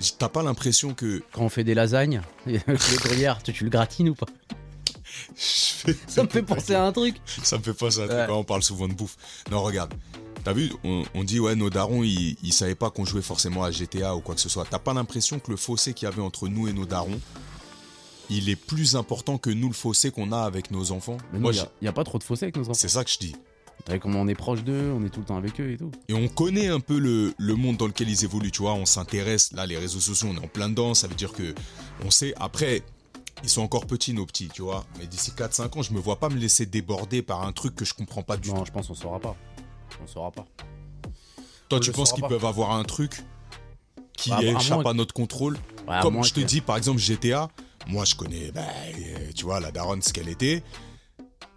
Speaker 3: J- T'as pas l'impression que.
Speaker 2: Quand on fait des lasagnes, les gruyères, tu, tu le gratines ou pas Ça me fait penser à un truc.
Speaker 3: Ça me fait pas ça.
Speaker 2: Ouais.
Speaker 3: On parle souvent de bouffe. Non, regarde. T'as vu, on, on dit, ouais, nos darons, ils, ils savaient pas qu'on jouait forcément à GTA ou quoi que ce soit. T'as pas l'impression que le fossé qu'il y avait entre nous et nos darons, il est plus important que nous, le fossé qu'on a avec nos enfants
Speaker 2: Mais
Speaker 3: Moi,
Speaker 2: nous, il
Speaker 3: j'ai-
Speaker 2: n'y a, pas trop de fossés avec nos enfants.
Speaker 3: c'est ça que je dis.
Speaker 2: T'as vu comment on est proche d'eux, on est tout le temps avec eux et tout.
Speaker 3: Et on connaît un peu le, le monde dans lequel ils évoluent, tu vois. On s'intéresse, là, les réseaux sociaux, on est en plein dedans. Ça veut dire que on sait. Après, ils sont encore petits, nos petits, tu vois. Mais d'ici 4-5 ans, je me vois pas me laisser déborder par un truc que je comprends pas du tout.
Speaker 2: Non, je pense qu'on saura pas. On saura pas.
Speaker 3: Toi,
Speaker 2: On
Speaker 3: tu
Speaker 2: le
Speaker 3: penses
Speaker 2: saura
Speaker 3: qu'ils
Speaker 2: pas.
Speaker 3: peuvent avoir un truc qui
Speaker 2: Bah, à
Speaker 3: échappe
Speaker 2: moins-
Speaker 3: à notre contrôle
Speaker 2: Ouais, à
Speaker 3: Comme
Speaker 2: moins
Speaker 3: je te
Speaker 2: que-
Speaker 3: dis, par exemple, GTA, moi, je connais, bah, euh, tu vois, la daronne, ce qu'elle était.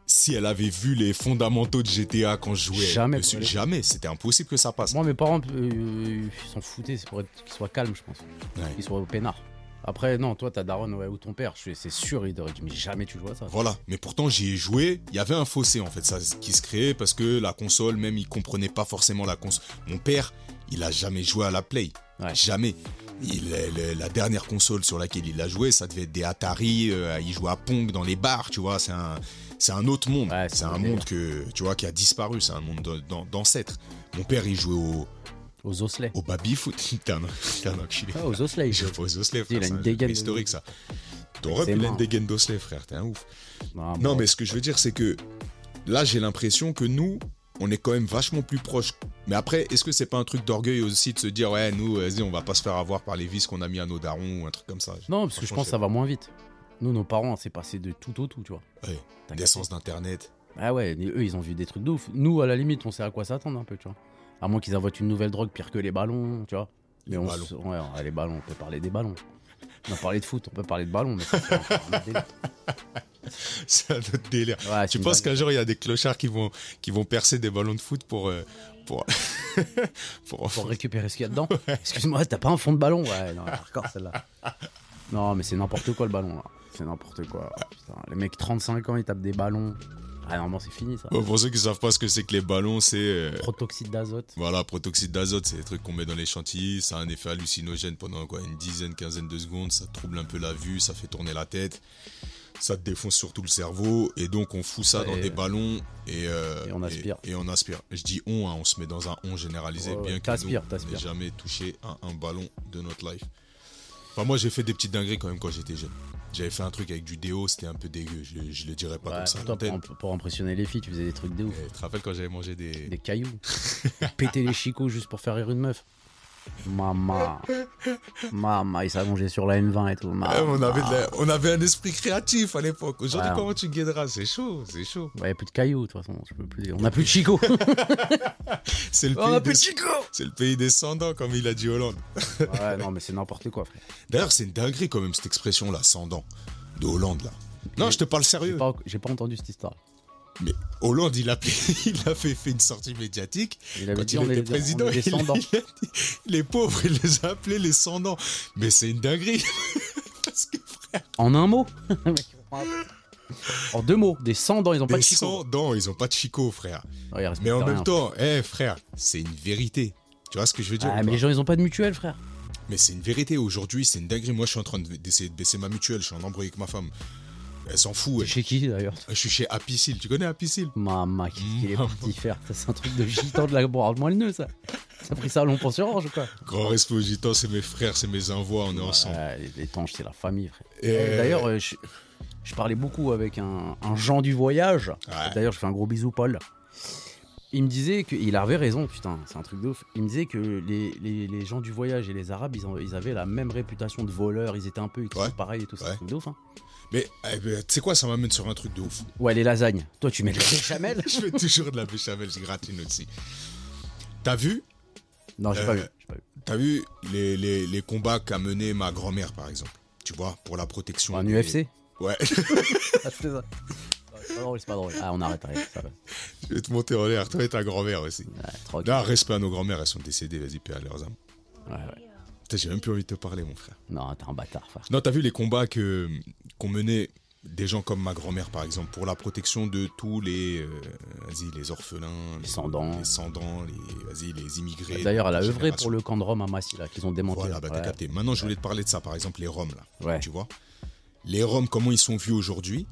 Speaker 3: Si elle avait vu les fondamentaux de GTA quand je jouais,
Speaker 2: Jamais, pour
Speaker 3: dessus,
Speaker 2: aller.
Speaker 3: jamais, c'était impossible que ça passe.
Speaker 2: Moi, mes parents, euh, ils s'en foutaient, c'est pour être- qu'ils soient calmes, je pense.
Speaker 3: Ouais.
Speaker 2: Qu'ils soient au peinard. Après, non, toi, ta daronne ouais, ou ton père, je suis- c'est sûr, il aurait dit, mais jamais tu joues à ça.
Speaker 3: Voilà, mais pourtant j'y ai joué, il y avait un fossé en fait ça, qui se créait parce que la console, même il comprenait pas forcément la console. Mon père, il a jamais joué à la Play,
Speaker 2: Ouais.
Speaker 3: jamais. Il, le- la dernière console sur laquelle il a joué, ça devait être des Atari, euh, il jouait à Pong dans les bars, tu vois, c'est un, c'est un autre monde.
Speaker 2: Ouais, c'est
Speaker 3: c'est
Speaker 2: un
Speaker 3: un
Speaker 2: délire.
Speaker 3: monde que, tu vois, qui a disparu, c'est un monde d'an- d'an- d'ancêtres. Mon père, il jouait au,
Speaker 2: Aux osselets.
Speaker 3: au baby-foot. Putain, non, putain, non, enculé.
Speaker 2: Ah, aux osselets, ils
Speaker 3: Je
Speaker 2: jouent.
Speaker 3: pose au slave,
Speaker 2: Il a
Speaker 3: frère,
Speaker 2: une
Speaker 3: c'est un
Speaker 2: dégaine.
Speaker 3: historique ça. T'aurais pu
Speaker 2: Forcément.
Speaker 3: l'être des Gendo Slave, frère, t'es un ouf.
Speaker 2: Ah,
Speaker 3: Non,
Speaker 2: bon.
Speaker 3: mais ce que je veux dire, c'est que là, j'ai l'impression que nous, on est quand même vachement plus proches. Mais après, est-ce que c'est pas un truc d'orgueil aussi de se dire, ouais, nous, vas-y, on va pas se faire avoir par les vices qu'on a mis à nos darons ou un truc comme ça
Speaker 2: Non, parce que je
Speaker 3: Franchement,
Speaker 2: pense
Speaker 3: je-
Speaker 2: que ça va moins vite. Nous, nos parents, c'est passé de tout au tout, tu vois.
Speaker 3: Ouais,
Speaker 2: T'as
Speaker 3: L'essence d'Internet.
Speaker 2: Ah ouais, mais eux, ils ont vu des trucs de ouf. Nous, à la limite, on sait à quoi s'attendre un peu, tu vois. À moins qu'ils inventent une nouvelle drogue pire que les ballons, tu vois. Mais
Speaker 3: Les
Speaker 2: on
Speaker 3: ballons.
Speaker 2: se- ouais, ouais, les ballons, on peut parler des ballons. On a parlé de foot, on peut parler de ballons, mais ça, c'est encore un autre délire.
Speaker 3: c'est un autre délire.
Speaker 2: Ouais,
Speaker 3: Tu
Speaker 2: c'est une
Speaker 3: penses
Speaker 2: dingue.
Speaker 3: qu'un jour, il y a des clochards qui vont, qui vont percer des ballons de foot pour. euh, pour... pour...
Speaker 2: Pour récupérer ce qu'il y a dedans Excuse-moi, t'as pas un fond de ballon Ouais, non, encore celle-là. Non, mais c'est n'importe quoi le ballon, là. C'est n'importe quoi. Putain, les mecs, 35 ans, ils tapent des ballons. Ah, normalement, c'est fini, ça.
Speaker 3: Bon, pour ceux qui savent pas ce que c'est que les ballons, c'est. euh,
Speaker 2: Protoxyde d'azote.
Speaker 3: Voilà, protoxyde d'azote, c'est des trucs qu'on met dans les chantilly, ça a un effet hallucinogène pendant quoi, une dizaine, quinzaine de secondes, ça trouble un peu la vue, ça fait tourner la tête, ça te défonce surtout le cerveau, et donc on fout ça dans
Speaker 2: Et-
Speaker 3: des ballons et, euh,
Speaker 2: et on aspire.
Speaker 3: Et, on aspire. Je dis on, hein, on se met dans un on généralisé,
Speaker 2: Ouais, ouais,
Speaker 3: bien que nous,
Speaker 2: t'aspires,
Speaker 3: on n'ait
Speaker 2: t'aspires.
Speaker 3: jamais touché à un ballon de notre life. Enfin, moi j'ai fait des petites dingueries quand même quand j'étais jeune. J'avais fait un truc avec du déo, c'était un peu dégueu, je, je le dirais pas
Speaker 2: Ouais,
Speaker 3: comme ça. à
Speaker 2: toi,
Speaker 3: l'antenne.
Speaker 2: pour, pour impressionner les filles, tu faisais des trucs de ouf.
Speaker 3: Eh, Tu te rappelles quand j'avais mangé des,
Speaker 2: Des cailloux. Péter les chicots juste pour faire rire une meuf. Maman. Maman, il s'allongeait sur la M20 et tout.
Speaker 3: Ouais,
Speaker 2: Maman.
Speaker 3: Eh, on, avait de la- on avait un esprit créatif à l'époque. Aujourd'hui,
Speaker 2: ah. Ouais.
Speaker 3: comment tu guéderas C'est chaud, c'est chaud.
Speaker 2: Ouais, y a plus de cailloux, de toute façon. je peux plus- On a plus de chicots.
Speaker 3: C'est le,
Speaker 2: on a
Speaker 3: pays
Speaker 2: plus de
Speaker 3: des...
Speaker 2: chicots.
Speaker 3: c'est le pays descendant, comme il a dit Hollande.
Speaker 2: Ouais, non, mais c'est n'importe quoi, frère.
Speaker 3: D'ailleurs, c'est une dinguerie quand même, cette expression-là, ascendant, de Hollande, là. Non, je te parle
Speaker 2: J'ai
Speaker 3: sérieux.
Speaker 2: pas, j'ai pas entendu cette histoire.
Speaker 3: Mais Hollande, il a, il a fait, fait une sortie médiatique.
Speaker 2: Il avait
Speaker 3: Quand
Speaker 2: dit
Speaker 3: il
Speaker 2: on
Speaker 3: était
Speaker 2: est,
Speaker 3: président,
Speaker 2: on est
Speaker 3: il-
Speaker 2: descendants.
Speaker 3: il a dit- les pauvres, il les a appelés les sans-dents. Mais c'est une dinguerie. Parce que
Speaker 2: En un mot En deux mots, des cendants, ils ont pas
Speaker 3: les
Speaker 2: de chicots.
Speaker 3: sans-dents, ils ont pas de chicot, frère.
Speaker 2: Ouais, ils respectent
Speaker 3: Mais en
Speaker 2: rien.
Speaker 3: même temps, eh, frère, c'est une vérité. Tu vois ce que je veux dire
Speaker 2: Ah,
Speaker 3: ou
Speaker 2: mais
Speaker 3: pas
Speaker 2: les gens, ils ont pas de mutuelle, frère.
Speaker 3: Mais c'est une vérité aujourd'hui, c'est une dinguerie. Moi, je suis en train de- d'essayer de baisser ma mutuelle, je suis en embrouille avec ma femme. Elle s'en fout, elle.
Speaker 2: Chez qui, d'ailleurs
Speaker 3: Je suis chez Apicil, tu connais Apicil
Speaker 2: Maman, qu'est-ce qu'il est parti faire Ça, C'est un truc de gitan de la branle moi le nœud, ça. Ça a pris ça à pour sur orange ou quoi
Speaker 3: Grand respect aux gitans, c'est mes frères, c'est mes envois, on est ensemble.
Speaker 2: Ouais, Euh, les- les tanches, c'est la famille, frère.
Speaker 3: Et-
Speaker 2: Euh, D'ailleurs, euh, je, je parlais beaucoup avec un, un Jean du voyage.
Speaker 3: Ouais.
Speaker 2: D'ailleurs, je fais un gros bisou, Paul. Il me disait qu'il avait raison, putain, c'est un truc de ouf. Il me disait que les, les- les gens du voyage et les Arabes, ils, ont- ils avaient la même réputation de voleurs, ils étaient un peu ils étaient
Speaker 3: Ouais.
Speaker 2: pareils et tout, ça,
Speaker 3: Ouais.
Speaker 2: c'est un truc de ouf. hein.
Speaker 3: Mais eh ben, tu sais quoi, ça m'amène sur un truc de ouf.
Speaker 2: Ouais, les lasagnes. Toi, tu mets de la béchamel
Speaker 3: je fais toujours de la béchamel, je gratine aussi. T'as vu
Speaker 2: Non, j'ai
Speaker 3: Euh,
Speaker 2: pas vu. j'ai pas vu.
Speaker 3: T'as vu les, les, les combats qu'a mené ma grand-mère, par exemple Tu vois, pour la protection.
Speaker 2: Un
Speaker 3: des-
Speaker 2: UFC
Speaker 3: Ouais,
Speaker 2: Ah, c'est ça. Non, C'est pas drôle, c'est pas drôle. Ah, on arrête, arrête. Ça va.
Speaker 3: je vais te monter en l'air, toi et ta grand-mère aussi.
Speaker 2: Ouais, tranquille.
Speaker 3: Là, respect à nos grand-mères, elles sont décédées, vas-y, paix à leurs âmes.
Speaker 2: Ouais, ouais.
Speaker 3: Putain, j'ai même plus envie de te parler, mon frère.
Speaker 2: Non, t'es un bâtard, frère.
Speaker 3: Non, t'as vu les combats que qu'on menait des gens comme ma grand-mère par exemple pour la protection de tous les euh, vas-y les orphelins,
Speaker 2: Les sans-dents.
Speaker 3: les sans-dents, les vas-y les immigrés.
Speaker 2: D'ailleurs, elle a
Speaker 3: de
Speaker 2: œuvré
Speaker 3: génération.
Speaker 2: pour le camp de Rome à Massy, là, qu'ils ont démonté.
Speaker 3: Voilà, bah, t'as
Speaker 2: Ouais.
Speaker 3: capté. Maintenant, je voulais te parler de ça par exemple les Roms là.
Speaker 2: Ouais.
Speaker 3: Tu vois Les Roms comment ils sont vus aujourd'hui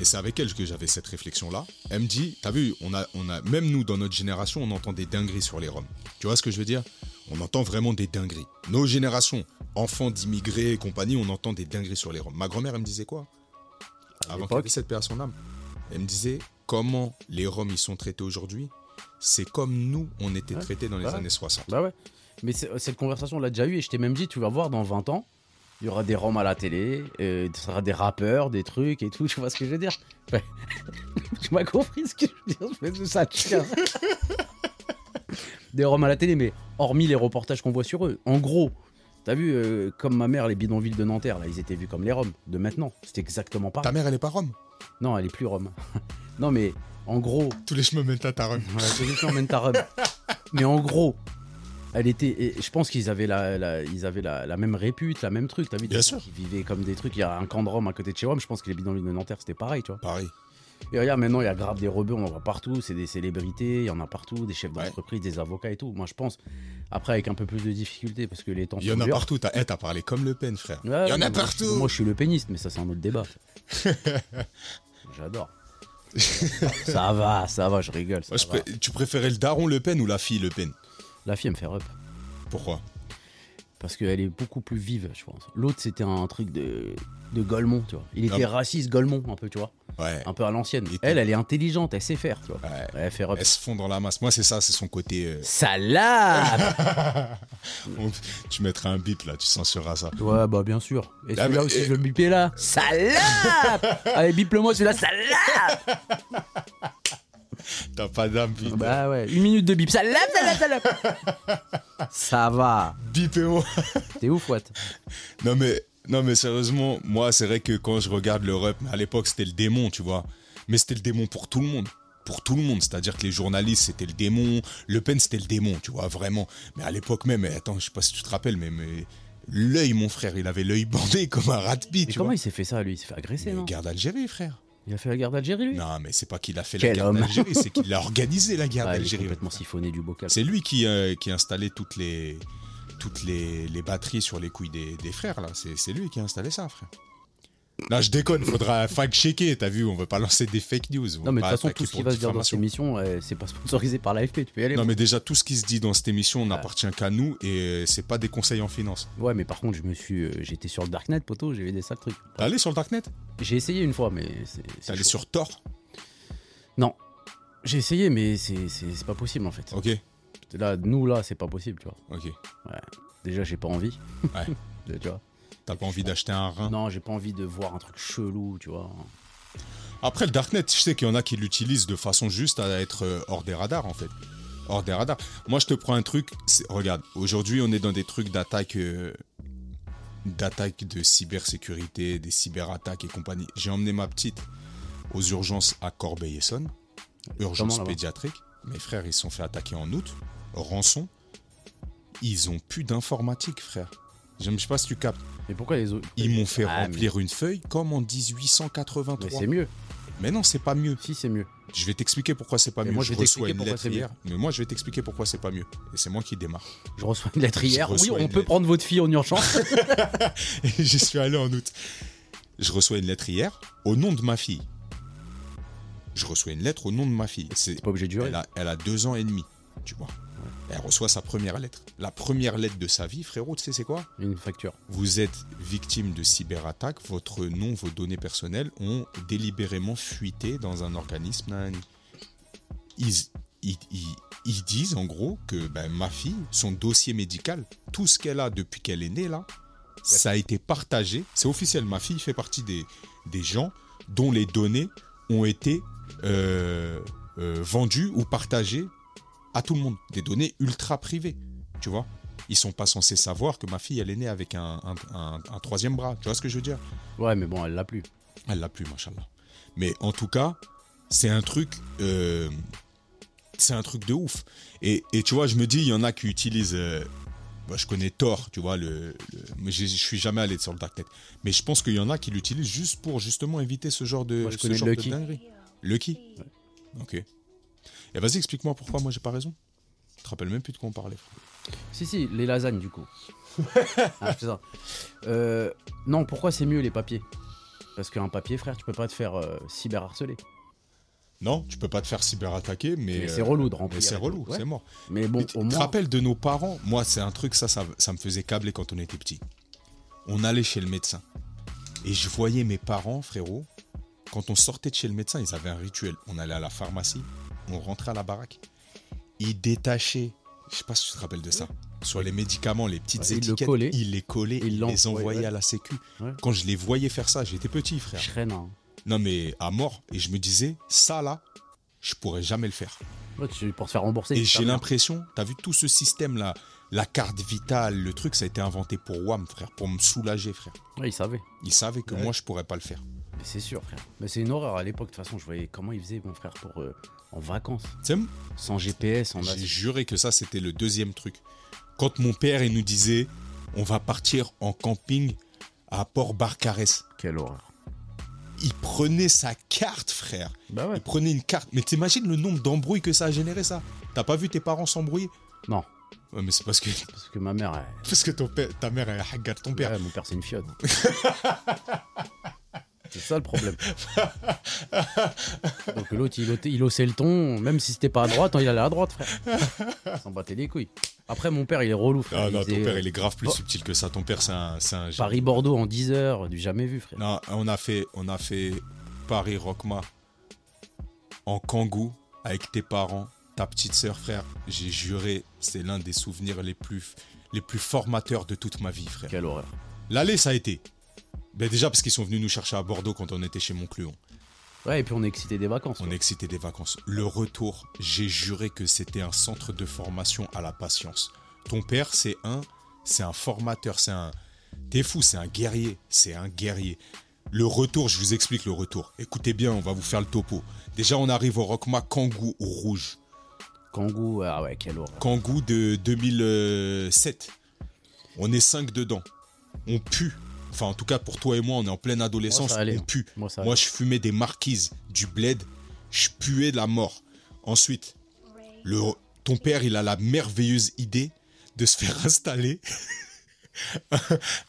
Speaker 3: Et c'est avec elle que j'avais cette réflexion là. Elle me dit, t'as vu, on a on a même nous dans notre génération, on entend des dingueries sur les Roms. Tu vois ce que je veux dire on entend vraiment des dingueries. Nos générations, enfants d'immigrés et compagnie, on entend des dingueries sur les Roms. Ma grand-mère, elle me disait quoi Avant qu'elle
Speaker 2: l'époque
Speaker 3: décède, paix à son âme. Elle me disait comment les Roms, ils sont traités aujourd'hui. C'est comme nous, on était
Speaker 2: Ouais,
Speaker 3: traités dans les
Speaker 2: ouais.
Speaker 3: années 60.
Speaker 2: Bah ouais. Mais c'est- cette conversation, on l'a déjà eue et je t'ai même dit, tu vas voir dans 20 ans, il y aura des roms à la télé, euh, il y aura des rappeurs, des trucs et tout, tu vois ce que je veux dire Ouais. Tu m'as compris ce que je veux dire, je fais tout ça. tiens. des roms à la télé, mais hormis les reportages qu'on voit sur eux, en gros, t'as vu, euh, comme ma mère, les bidonvilles de Nanterre, là, ils étaient vus comme les roms de maintenant. C'est exactement pareil.
Speaker 3: Ta mère, elle est pas Rome.
Speaker 2: Non, elle est plus rome. non, mais en gros,
Speaker 3: Tous les chemins mènent à ta Rome.
Speaker 2: Ouais, c'est juste en Mentarum. Mais en gros, elle était. et je pense qu'ils avaient la, la- ils avaient la, la même répute, la même truc. T'as vu des
Speaker 3: Bien
Speaker 2: gens
Speaker 3: sûr.
Speaker 2: Qui vivaient comme des trucs. Il y a un camp de Rome à côté de chez Rome. Je pense que les bidonvilles de Nanterre, c'était pareil, tu vois.
Speaker 3: Pareil.
Speaker 2: Et regarde, maintenant, il y a grave des rebeux, on en voit partout. C'est des célébrités, il y en a partout, des chefs
Speaker 3: Ouais.
Speaker 2: d'entreprise, des avocats et tout. Moi, je pense. Après, avec un peu plus de difficulté, parce que les temps
Speaker 3: Il y
Speaker 2: sont
Speaker 3: en a
Speaker 2: durs.
Speaker 3: partout. T'as eh, t'as parlé comme Le Pen, frère.
Speaker 2: Ouais,
Speaker 3: Il y en
Speaker 2: non, mais
Speaker 3: a partout.
Speaker 2: Moi, je suis le péniste, mais ça, c'est un autre débat. J'adore. ça va, ça va, je rigole. ça
Speaker 3: Moi, je
Speaker 2: va.
Speaker 3: pré- Tu préférais le daron Le Pen ou la fille Le Pen
Speaker 2: La fille, elle me fait rep.
Speaker 3: Pourquoi
Speaker 2: Parce qu'elle est beaucoup plus vive, je pense. L'autre, c'était un truc de, de Golemont, tu vois. Il était
Speaker 3: Ah.
Speaker 2: raciste Golemont, un peu, tu vois.
Speaker 3: Ouais.
Speaker 2: Un peu à l'ancienne.
Speaker 3: Il était-
Speaker 2: Elle, elle est intelligente, elle sait faire, tu vois.
Speaker 3: Ouais.
Speaker 2: Elle fait rep.
Speaker 3: Elles se fond dans la masse. Moi, c'est ça, c'est son côté. euh,
Speaker 2: Salade
Speaker 3: on- tu mettras un bip là, tu censureras ça.
Speaker 2: Ouais, bah bien sûr. Et
Speaker 3: Là,
Speaker 2: celui-là
Speaker 3: mais-
Speaker 2: aussi, je vais le biper là. Salade Allez, bipe-le-moi celui-là, salade
Speaker 3: T'as pas d'âme, bip.
Speaker 2: Bah ouais, une minute de bip. Salade, salade, salade Ça va.
Speaker 3: Bipez-moi.
Speaker 2: T'es ouf, what
Speaker 3: Non mais, non mais sérieusement, moi c'est vrai que quand je regarde le rap, à l'époque c'était le démon, tu vois. Mais c'était le démon pour tout le monde. Pour tout le monde, c'est-à-dire que les journalistes c'était le démon, Le Pen c'était le démon, tu vois, vraiment. Mais à l'époque même, et attends, je sais pas si tu te rappelles, mais, mais l'œil, mon frère, il avait l'œil bandé comme un rat de pie,
Speaker 2: Mais
Speaker 3: tu
Speaker 2: comment
Speaker 3: vois.
Speaker 2: il s'est fait ça, lui Il s'est fait agresser,
Speaker 3: Mais
Speaker 2: non
Speaker 3: guerre d'Algérie, frère.
Speaker 2: Il a fait la guerre d'Algérie, lui
Speaker 3: Non, mais c'est pas qu'il a fait
Speaker 2: Quel
Speaker 3: la guerre
Speaker 2: homme.
Speaker 3: d'Algérie, c'est qu'il a organisé la guerre
Speaker 2: Ah, il est
Speaker 3: d'Algérie.
Speaker 2: complètement siphonné du bocal.
Speaker 3: C'est lui qui, euh, qui a installé toutes les, toutes les, les batteries sur les couilles des, des frères, là. C'est c'est lui qui a installé ça, frère. Non, je déconne, faudra fact-checker, t'as vu, on veut pas lancer des fake news. on
Speaker 2: Non,
Speaker 3: veut
Speaker 2: mais de
Speaker 3: pas
Speaker 2: toute façon,
Speaker 3: attaquer
Speaker 2: tout ce qui
Speaker 3: pour
Speaker 2: va se dire dans cette
Speaker 3: diffamation.
Speaker 2: émission, euh, c'est pas sponsorisé par l'AFP, tu peux y aller.
Speaker 3: Non,
Speaker 2: moi.
Speaker 3: mais déjà, tout ce qui se dit dans cette émission n'appartient qu'à nous et euh, c'est pas des conseils en finance.
Speaker 2: Ouais, mais par contre, je me suis, euh, j'étais sur le Darknet, poteau, j'ai vu des sales trucs.
Speaker 3: T'es allé sur le Darknet
Speaker 2: J'ai essayé une fois, mais c'est.
Speaker 3: Ah. T'es
Speaker 2: c'est
Speaker 3: allé
Speaker 2: chaud.
Speaker 3: sur Tor
Speaker 2: Non. J'ai essayé, mais c'est c'est- c'est pas possible en fait.
Speaker 3: Ok,
Speaker 2: Là, nous, là, c'est pas possible, tu vois.
Speaker 3: ok.
Speaker 2: Déjà, j'ai pas envie.
Speaker 3: Ouais. Ah.
Speaker 2: Là, tu vois.
Speaker 3: T'as pas envie d'acheter un rein
Speaker 2: Non, j'ai pas envie de voir un truc chelou, tu vois.
Speaker 3: Après, le Darknet, je sais qu'il y en a qui l'utilisent de façon juste à être euh, hors des radars, en fait. Hors des radars. Moi, je te prends un truc. c'est- Regarde, aujourd'hui, on est dans des trucs d'attaque. euh, d'attaque de cybersécurité, des cyberattaques et compagnie. J'ai emmené ma petite aux urgences à Corbeil-Essonne, urgence
Speaker 2: là-bas
Speaker 3: pédiatrique. Mes frères, ils se sont fait attaquer en août, rançon. Ils ont plus d'informatique, frère. Je ne sais pas si tu captes.
Speaker 2: Mais pourquoi les autres
Speaker 3: Ils m'ont fait
Speaker 2: Ah, mais-
Speaker 3: remplir une feuille comme en
Speaker 2: Mais
Speaker 3: 1883.
Speaker 2: c'est mieux.
Speaker 3: mais non, c'est pas mieux.
Speaker 2: Si, c'est mieux.
Speaker 3: Je vais t'expliquer pourquoi c'est pas
Speaker 2: Mais
Speaker 3: mieux.
Speaker 2: moi, je vais
Speaker 3: reçois
Speaker 2: t'expliquer
Speaker 3: une
Speaker 2: pourquoi
Speaker 3: lettre
Speaker 2: c'est mieux.
Speaker 3: hier, mais moi je vais t'expliquer pourquoi c'est pas mieux. Et c'est moi qui démarre.
Speaker 2: Je reçois une lettre
Speaker 3: Je
Speaker 2: hier. Oui,
Speaker 3: reçois
Speaker 2: on
Speaker 3: une
Speaker 2: peut
Speaker 3: lettre.
Speaker 2: prendre votre fille en urgence.
Speaker 3: Et J'y suis allé en août. Je reçois une lettre hier au nom de ma fille. Je reçois une lettre au nom de ma fille. C'est-
Speaker 2: T'es pas obligé de durer.
Speaker 3: elle, a, elle a deux ans et demi, tu vois. Elle reçoit sa première lettre. La première lettre de sa vie, frérot, tu sais c'est quoi
Speaker 2: Une facture.
Speaker 3: Vous êtes victime de cyberattaque, votre nom, vos données personnelles ont délibérément fuité dans un organisme. nanani. Ils, ils- ils- ils disent en gros que ben, ma fille, son dossier médical, tout ce qu'elle a depuis qu'elle est née là, ça a été partagé. C'est officiel, ma fille fait partie des, des gens dont les données ont été euh, euh, vendues ou partagées à tout le monde. Des données ultra privées, tu vois ils sont pas censés savoir que ma fille elle est née avec un, un- un- un troisième bras. Tu vois ce que je veux dire
Speaker 2: Ouais, mais bon, elle l'a plus.
Speaker 3: Elle l'a plus, machallah. Mais en tout cas, c'est un truc, euh, c'est un truc de ouf. Et, et tu vois, je me dis, il y en a qui utilisent. euh, bah, je connais Thor, tu vois, le, le- mais j'ai- je suis jamais allé sur le darknet. Mais je pense qu'il y en a qui l'utilisent juste pour justement éviter ce genre de,
Speaker 2: Moi, je
Speaker 3: ce
Speaker 2: connais
Speaker 3: genre
Speaker 2: Lucky.
Speaker 3: de dinguerie. Lucky Ok. Et vas-y, explique-moi pourquoi moi j'ai pas raison. Je te rappelle même plus de quoi on parlait. frère.
Speaker 2: Si, si, les lasagnes, du coup. ah, je fais ça. Euh, non, pourquoi c'est mieux les papiers Parce qu'un papier, frère, tu peux pas te faire euh, cyberharceler.
Speaker 3: Non, tu peux pas te faire cyberattaquer, mais.
Speaker 2: Mais c'est
Speaker 3: euh,
Speaker 2: relou de remplir.
Speaker 3: Mais c'est
Speaker 2: et tout.
Speaker 3: relou,
Speaker 2: Ouais.
Speaker 3: c'est mort.
Speaker 2: Mais bon,
Speaker 3: Mais tu
Speaker 2: au
Speaker 3: te
Speaker 2: moins.
Speaker 3: rappelles de nos parents Moi, c'est un truc, ça, ça, ça me faisait câbler quand on était petit. On allait chez le médecin. Et je voyais mes parents, frérot, quand on sortait de chez le médecin, ils avaient un rituel. On allait à la pharmacie, on rentrait à la baraque. Ils détachaient, je sais pas si tu te rappelles de ça, sur les médicaments, les petites
Speaker 2: Ouais, ils le
Speaker 3: étiquettes,
Speaker 2: collaient.
Speaker 3: ils les collaient,
Speaker 2: Ils
Speaker 3: ils les
Speaker 2: l'envoyaient,
Speaker 3: envoyaient
Speaker 2: ouais.
Speaker 3: à la sécu.
Speaker 2: Ouais.
Speaker 3: Quand je les voyais faire ça, j'étais petit, frère.
Speaker 2: Je traîne, hein.
Speaker 3: Non, mais à mort. Et je me disais, ça, là, je pourrais jamais le faire.
Speaker 2: Ouais, tu- pour se faire rembourser.
Speaker 3: Et
Speaker 2: c'est
Speaker 3: j'ai
Speaker 2: ça.
Speaker 3: l'impression, t'as vu tout ce système là, la carte vitale, le truc, ça a été inventé pour WAM, frère, pour me soulager, frère.
Speaker 2: Ouais, il savait.
Speaker 3: Ils savaient que
Speaker 1: Ouais.
Speaker 3: moi je pourrais pas le faire.
Speaker 2: Mais c'est sûr, frère. Mais c'est une horreur à l'époque. De toute façon, je voyais comment il faisait, mon frère, pour euh, en vacances,
Speaker 3: Tu sais,
Speaker 2: sans GPS, en as-
Speaker 3: j'ai juré que ça c'était le deuxième truc. Quand mon père il nous disait, on va partir en camping à Port Barcarès,
Speaker 2: Quelle horreur.
Speaker 3: il prenait sa carte, frère.
Speaker 2: Bah
Speaker 3: Il prenait une carte. Mais t'imagines le nombre d'embrouilles que ça a généré ça T'as pas vu tes parents s'embrouiller
Speaker 2: Non,
Speaker 3: Ouais, mais c'est parce que
Speaker 2: parce que ma mère, elle-
Speaker 3: parce que ton père, ta mère elle regarde ton père.
Speaker 2: Ouais, mon père, c'est une fiotte. c'est ça le problème. Donc l'autre, il, ôtait- il haussait le ton, même si c'était pas à droite, hein, il allait à droite, frère. Il s'en battait les couilles. Après, mon père, il est relou, frère.
Speaker 3: Ah
Speaker 2: Il
Speaker 3: non, ton
Speaker 2: faisait,
Speaker 3: père,
Speaker 2: euh,
Speaker 3: il est grave plus
Speaker 2: Bon.
Speaker 3: subtil que ça. Ton père, c'est un, c'est un génie.
Speaker 2: Paris-Bordeaux en 10 heures, du jamais vu, frère.
Speaker 3: Non, on a fait, on a fait Paris Rockma en Kangoo avec tes parents, ta petite sœur, frère. J'ai juré, c'est l'un des souvenirs les plus, les plus formateurs de toute ma vie, frère.
Speaker 2: Quelle horreur.
Speaker 3: L'aller, ça a été. Ben déjà parce qu'ils sont venus nous chercher à Bordeaux quand on était chez Moncluon.
Speaker 2: Ouais, et puis on est excité des vacances.
Speaker 3: On
Speaker 2: quoi.
Speaker 3: est excité des vacances. Le retour, j'ai juré que c'était un centre de formation à la patience. Ton père, c'est un, c'est un formateur, c'est un. T'es fou, c'est un guerrier, c'est un guerrier. Le retour, je vous explique le retour. Écoutez bien, on va vous faire le topo. Déjà, on arrive au Rockma Kangoo rouge.
Speaker 2: Kangoo, ah ouais, quelle horreur.
Speaker 3: Kangoo de 2007. On est cinq dedans. On pue. Enfin, en tout cas, pour toi et moi, on est en pleine adolescence.
Speaker 2: Moi, ça allait. hein.
Speaker 3: on pue.
Speaker 2: Moi, ça.
Speaker 3: Moi, je fumais des marquises, du bled, je puais de la mort. Ensuite, le, ton père, il a la merveilleuse idée de se faire installer un,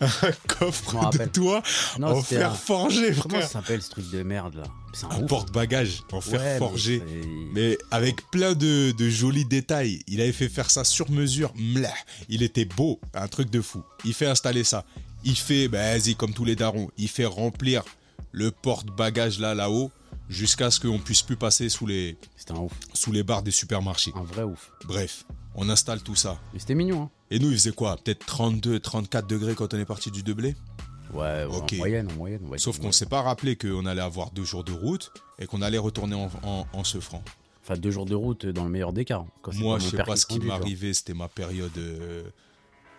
Speaker 3: un
Speaker 2: Je m'en
Speaker 3: coffre de
Speaker 2: rappelle.
Speaker 3: toi en
Speaker 2: non, c'était
Speaker 3: fer
Speaker 2: un-
Speaker 3: forgé,
Speaker 2: Comment ça
Speaker 3: oh, frère.
Speaker 2: s'appelle ce truc de merde là C'est
Speaker 3: Un
Speaker 2: ouf.
Speaker 3: porte-bagages en fer
Speaker 2: Ouais, mais
Speaker 3: forgé.
Speaker 2: c'est-
Speaker 3: Mais avec plein de, de jolis détails. Il avait fait faire ça sur mesure. Mlah. Il était beau, un truc de fou. Il fait installer ça. Il fait, bah, vas-y, comme tous les darons, il fait remplir le porte-bagages là, là-haut, jusqu'à ce qu'on puisse plus passer sous les,
Speaker 2: C'était un ouf,
Speaker 3: sous les barres des supermarchés.
Speaker 2: un vrai ouf.
Speaker 3: Bref, on installe tout ça.
Speaker 2: Mais c'était mignon, hein
Speaker 3: Et nous, il faisait quoi Peut-être 32, 34 degrés quand on est parti du Deblé
Speaker 2: Ouais, ouais,
Speaker 3: Ok.
Speaker 2: en moyenne, en moyenne. on va
Speaker 3: Sauf
Speaker 2: dire.
Speaker 3: qu'on s'est pas rappelé qu'on allait avoir deux jours de route et qu'on allait retourner en, en, en se franc.
Speaker 2: Enfin, deux jours de route dans le meilleur des cas. hein, quand c'est
Speaker 3: Moi,
Speaker 2: mon
Speaker 3: je sais
Speaker 2: père
Speaker 3: pas ce qui
Speaker 2: conduit,
Speaker 3: m'est
Speaker 2: tu vois.
Speaker 3: arrivé. C'était ma période. euh,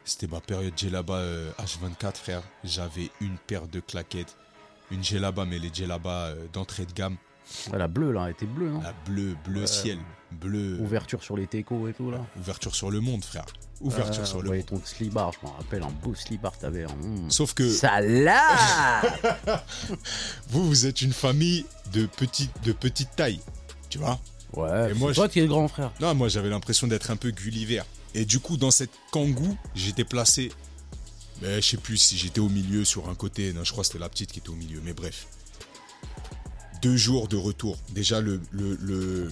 Speaker 3: c'était ma période djellaba euh, H24, frère. J'avais une paire de claquettes. Une djellaba, mais les djellaba euh, d'entrée de gamme.
Speaker 2: Ouais, hein. Ah, la bleue là, elle était bleue, non
Speaker 3: La bleue, bleu
Speaker 2: Ouais.
Speaker 3: ciel. Bleu.
Speaker 2: Ouverture sur les techos et tout là.
Speaker 3: Ouverture sur le monde, frère. Ouverture
Speaker 2: Euh,
Speaker 3: sur le
Speaker 2: ouais,
Speaker 3: monde.
Speaker 2: ton slibard, je m'en rappelle, un beau slibard t'avais. hein. Mmh.
Speaker 3: Sauf que
Speaker 2: Salade
Speaker 3: vous, vous êtes une famille de petite, de petite taille. Tu vois
Speaker 2: Ouais,
Speaker 3: Et moi,
Speaker 2: c'est toi qui es le grand frère.
Speaker 3: Non, moi j'avais l'impression d'être un peu Gulliver. Et du coup, dans cette kangou, j'étais placé. Mais je sais plus si j'étais au milieu sur un côté. Non, je crois que c'était la petite qui était au milieu. Mais bref. Deux jours de retour. Déjà le, le- le- le-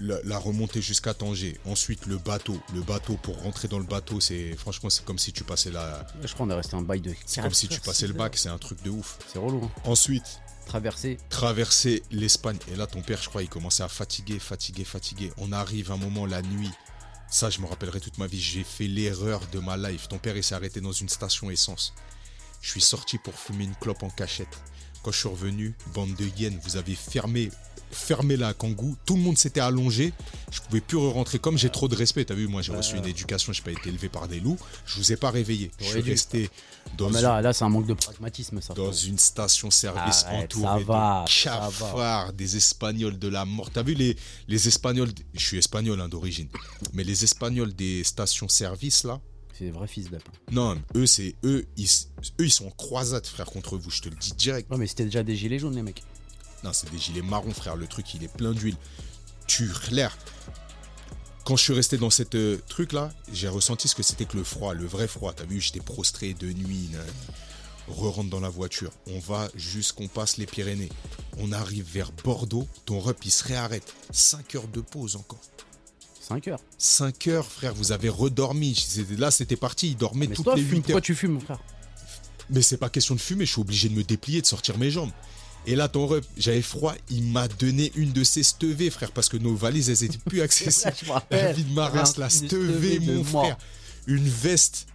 Speaker 3: la, la remontée jusqu'à Tanger. Ensuite le bateau. Le bateau pour rentrer dans le bateau, c'est franchement c'est comme si tu passais la.
Speaker 2: Je crois qu'on est resté un bail de.
Speaker 3: C'est comme si tu passais le bac. C'est un truc de ouf.
Speaker 2: C'est relou, hein.
Speaker 3: Ensuite
Speaker 2: Traverser.
Speaker 3: traverser l'Espagne. Et là, ton père, je crois, il commençait à fatiguer, fatiguer, fatiguer. On arrive un moment la nuit. Ça, je me rappellerai toute ma vie. J'ai fait l'erreur de ma life. Ton père, il s'est arrêté dans une station essence. Je suis sorti pour fumer une clope en cachette. Quand je suis revenu, bande de hyènes, vous avez fermé, fermé la kangou. Tout le monde s'était allongé. Je pouvais plus rentrer. Comme j'ai trop de respect, t'as vu, moi, j'ai reçu une éducation. Je n'ai pas été élevé par des loups. Je vous ai pas réveillé. Je suis
Speaker 2: T'aurais dû.
Speaker 3: resté dans
Speaker 2: Non, mais
Speaker 3: une-
Speaker 2: là, là c'est un manque de pragmatisme ça.
Speaker 3: dans une station-service
Speaker 2: Arrête, ça
Speaker 3: entourée
Speaker 2: va,
Speaker 3: de
Speaker 2: ça va.
Speaker 3: cafards, des Espagnols de la mort. T'as vu les, les Espagnols Je suis espagnol hein, d'origine, mais les Espagnols des stations-service là,
Speaker 2: C'est des vrais fils d'appel.
Speaker 3: non, eux c'est eux, ils, eux ils sont en croisade frère contre vous. Je te le dis direct.
Speaker 2: Ouais, mais c'était déjà des gilets jaunes, les mecs.
Speaker 3: Non, c'est des gilets marrons frère. Le truc il est plein d'huile. Tu l'air. Quand je suis resté dans cette euh, truc là, j'ai ressenti ce que c'était que le froid, le vrai froid. T'as vu, j'étais prostré de nuit. nan, re-rentre dans la voiture. On va jusqu'on passe les Pyrénées. On arrive vers Bordeaux. Ton rep, il se réarrête. 5 heures de pause encore.
Speaker 2: 5 heures.
Speaker 3: 5 heures, frère, vous avez redormi. C'était- Là, c'était parti. Il dormait
Speaker 2: Mais
Speaker 3: toutes
Speaker 2: toi,
Speaker 3: les
Speaker 2: fume,
Speaker 3: 8 heures.
Speaker 2: pourquoi tu fumes, mon frère
Speaker 3: Mais c'est pas question de fumer. Je suis obligé de me déplier, de sortir mes jambes. Et là, ton rep, j'avais froid. Il m'a donné une de ses stevées, frère, parce que nos valises, elles étaient plus accessibles.
Speaker 2: je me
Speaker 3: La vie de Maras, la stevée, mon frère. Une veste.